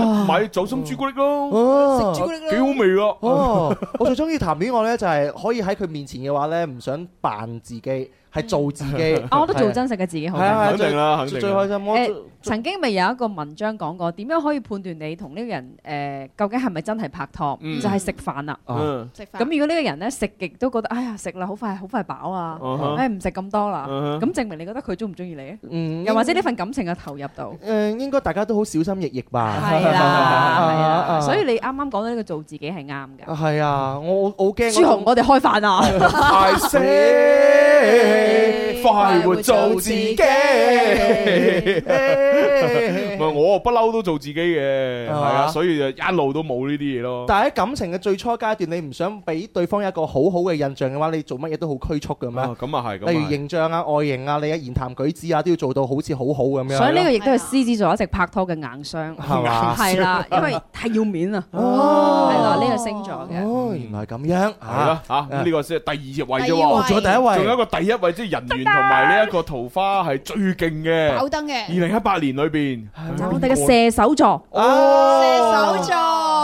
F: 啊！
E: 買酒心朱古力咯，
F: 哦食朱古力咯
E: 幾好味啊！
F: 哦，我最中意談戀愛咧，就係可以喺佢面前嘅話咧，唔想扮自己，係做自己。
N: [laughs] 啊我覺得做真實嘅自己好
F: 係啊係啊
E: 肯定啦肯
F: 最
E: 定啦
F: 最開心。我
N: 誒曾經咪有一個文章講過，點樣可以判斷你同呢個人誒、究竟係咪真係拍拖？
E: 嗯
N: 就係食飯啦。
E: 嗯
N: 食飯咁如果呢個人咧食極都覺得，哎呀食啦，好快好快飽啊
F: 嗯，哼
N: 哎唔食咁多啦，
F: 嗯哼
N: 咁證明你覺得佢中唔中意你啊？
F: 嗯
N: 又或者呢份感情嘅投入
F: [laughs]
N: 度？
F: 誒應該大家都好小心翼翼吧。
N: 係
F: [laughs]
N: 啦，係啦，
F: 啊
N: 所以你啱啱講到呢個做自己係啱嘅。
F: 係啊，我我好驚。
N: [laughs] 朱
F: [laughs]
N: 紅，我哋開飯啊！
E: [laughs] 大聲快活做自己。唔係我啊不嬲都做自己嘅，係
F: 係嘛
E: 啊，所以就一路都冇呢啲嘢咯。
F: [laughs] 但係喺感情嘅最初階段，你唔想俾對方一個好好嘅印象嘅話，你做乜嘢都好拘束嘅咩？
E: 啊咁啊係，咁啊
F: 例如
E: 係
F: 形象啊、外形啊、你嘅言談舉止啊，都要做到好似好好咁樣。
N: 所以呢個亦都係獅子座一直拍拖嘅硬傷，
F: 係嘛
N: 係
F: [laughs]
N: 啦，因為太要面啊，
F: 哦
N: 係啦，呢個星座嘅。
F: 哦，原來咁樣
E: 係啦，嚇咁呢個先係第二位啫
N: 第二位
E: 喎，
N: 哦仲有第一
F: 位
E: 仲有一個第一位，即係人緣同埋呢一個桃花係最勁嘅，
Q: 爆燈嘅
E: 二零一八年裏邊，
N: 我哋嘅射手座，
E: 哦
Q: 射手座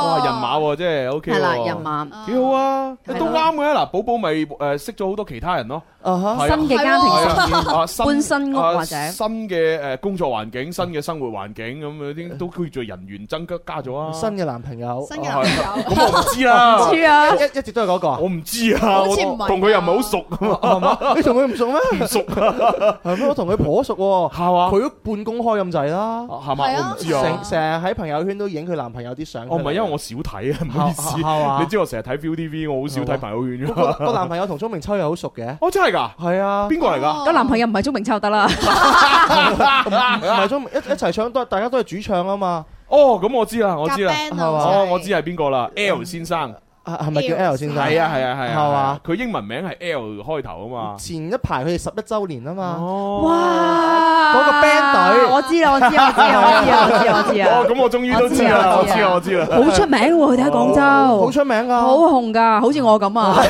E: 哇人馬喎，真係 OK
N: 係啦，
E: 喎
N: 人馬
G: Ờ.
E: 幾好啊，都啱嘅嗱，寶寶咪誒識咗好多其他人咯，
F: 係
E: 啊
N: 新嘅家庭
E: 係啊啊
N: 搬新屋
E: 啊
N: 或者
E: 新嘅誒工作環境、新嘅生活環境咁啊，啲都叫做人緣增加加咗啊，
F: 新嘅男朋友，新
E: 嘅男朋友咁我唔知啦唔知啊
F: 一一直都係嗰個，
E: 我唔知啊，我同佢又唔係好熟
F: [laughs] 係嘛？你同佢唔熟咩？
E: 唔熟
F: [laughs] 係咩？我同佢頗
E: [laughs]
F: 熟喎，
E: 係嘛？
F: 佢都半公開咁滯啦，
E: 係嘛係啊我唔知啊
F: 成成日喺朋友圈都影佢男朋友啲相。
E: 哦，唔係因為我少睇啊，唔哦好意思。
F: 係
E: [laughs]
F: 嘛
E: 你知我成日睇 ViuTV，我好少睇朋友圈
F: 個
E: 㗎。
F: [laughs] 個男朋友同鍾明秋又好熟嘅。
E: 哦，真係㗎？
F: 係啊。
E: 邊個嚟㗎？
N: 個男朋友唔係鍾明秋得啦，哦
E: 啊
F: 唔係鍾明一一齊唱都係大家都係主唱啊嘛。
E: [laughs] 哦，咁我知啦，我知啦
F: 夾，band 啊好似係
E: 哦，我知係邊個啦，L 先生。
F: 啊係咪叫 L 先生？
E: 係啊係啊係啊。
F: 係嘛？？
E: 佢英文名係 L 開頭啊嘛。
F: 前一排佢哋十一週年啊嘛。
E: 哦
N: 哇！
F: 嗰個 band 隊
N: 我知啦，我知啦，我知啦，我知啦，我知啦，我知啦。
E: 哦，咁我終於都知啦，我知啊啦，我知 [laughs] 啦。
N: 好出名喎，佢哋喺廣州，
E: 哦
N: 好
F: 出名啊㗎，
E: 啊
N: 好紅㗎，好似我咁啊。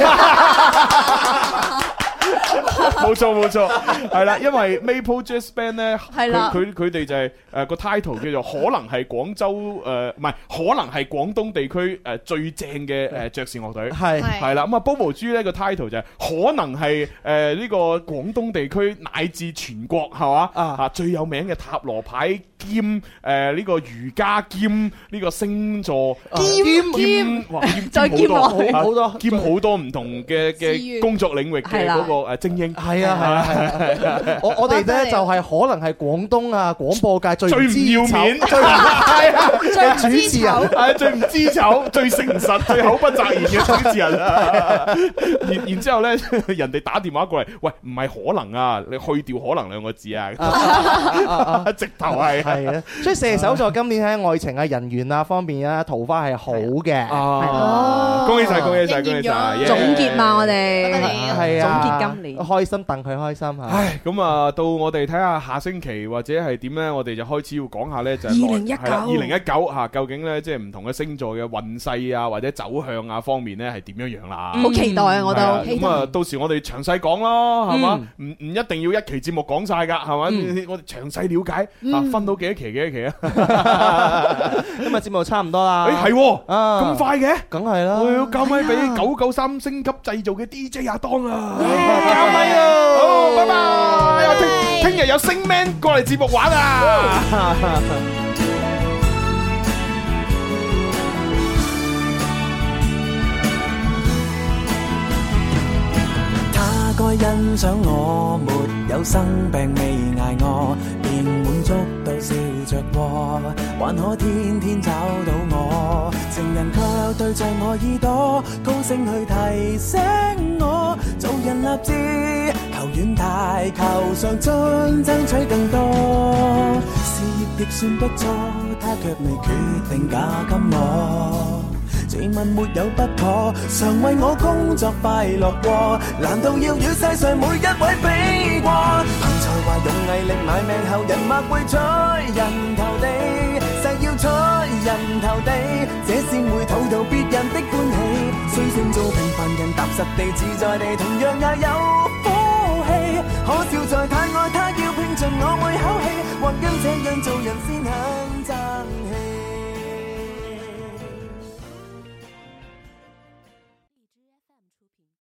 E: 冇錯冇錯，係啦，因為 Maple Jazz Band 咧，
N: 係啦
E: 佢佢佢哋就係誒個 title 叫做可能係廣州誒，唔係可能係廣東地區誒最正嘅誒爵士樂隊，
F: 係
N: 係
E: 係啦，咁啊 Bobo 豬咧個 title 就係可能係誒呢個廣東地區乃至全國係嘛啊最有名嘅塔羅牌兼誒呢個瑜伽兼呢個星座
F: 兼
E: 兼哇兼
F: 再兼
E: 好
F: 落去
E: 多
F: 啊好多
E: 兼好多唔同嘅
F: 志
E: 嘅
F: 願
E: 工作領域
F: 係
E: 嘅
F: 啦
E: 嗰個誒精英，
F: 係啊係啊係啊！我我哋咧就係可能係廣東啊廣播界最
E: 最唔要
F: 知醜
E: 面
F: 最唔係啊
E: 最唔
F: 主持人
E: 係最唔知醜、最誠實、最口不擇言嘅主持人啊！然然之後咧， [laughs] 人哋打電話過嚟，喂，唔係可能啊，你去掉可能兩個字 [laughs] 啊，直頭係
F: 係啊！所以射手座今年喺愛情啊、人緣啊方面啊、桃花係好嘅。
E: 哦啊恭喜晒恭喜晒應驗咗恭喜晒耶
N: 總結嘛，我哋
F: 係啊，
N: 總結今年。
F: 開心戥佢開心啊！
E: 唉，咁啊，到我哋睇下下星期或者係點呢？我哋就開始要講下呢，就
F: 2019
E: 二零一九吓，究竟呢，即係唔同嘅星座嘅運勢啊，或者走向啊方面呢，係點樣樣啦？
N: 好期待啊我都
E: 係啊
N: 期
E: 咁
N: 待
E: 啊，到時我哋詳細講咯，係嘛？唔唔一定要一期節目講晒㗎，係嘛？我哋詳細了解啊，分到幾多期幾多期啊？
F: [laughs] 今日節目差唔多啦。
E: 誒係喎
F: 啊
E: 咁快嘅，
F: 梗係啦。
E: 我要交咪俾九九三星級製造嘅 DJ 阿當啊！交咪啊！好，拜拜！我聽聽日有星 man 過嚟節目玩啊！
H: 他該欣賞我，沒有生病未挨餓，便滿足到笑着過，還可天天找到我。情人卻對着我耳朵，高聲去提醒我，做人立志，求遠大，求上進，爭取更多。事業亦算不錯，他卻未決定嫁給我。自問沒有不妥，常為我工作快樂過，難道要與世上每一位比過？憑才華用毅力買命後，人脈會取人頭地，誓要取人頭地，這先會討到別人的歡喜。雖算做平凡人，踏實地自在地，同樣也有福氣。可笑在太愛他，要拼盡我每口氣，或因這樣做人先肯爭氣。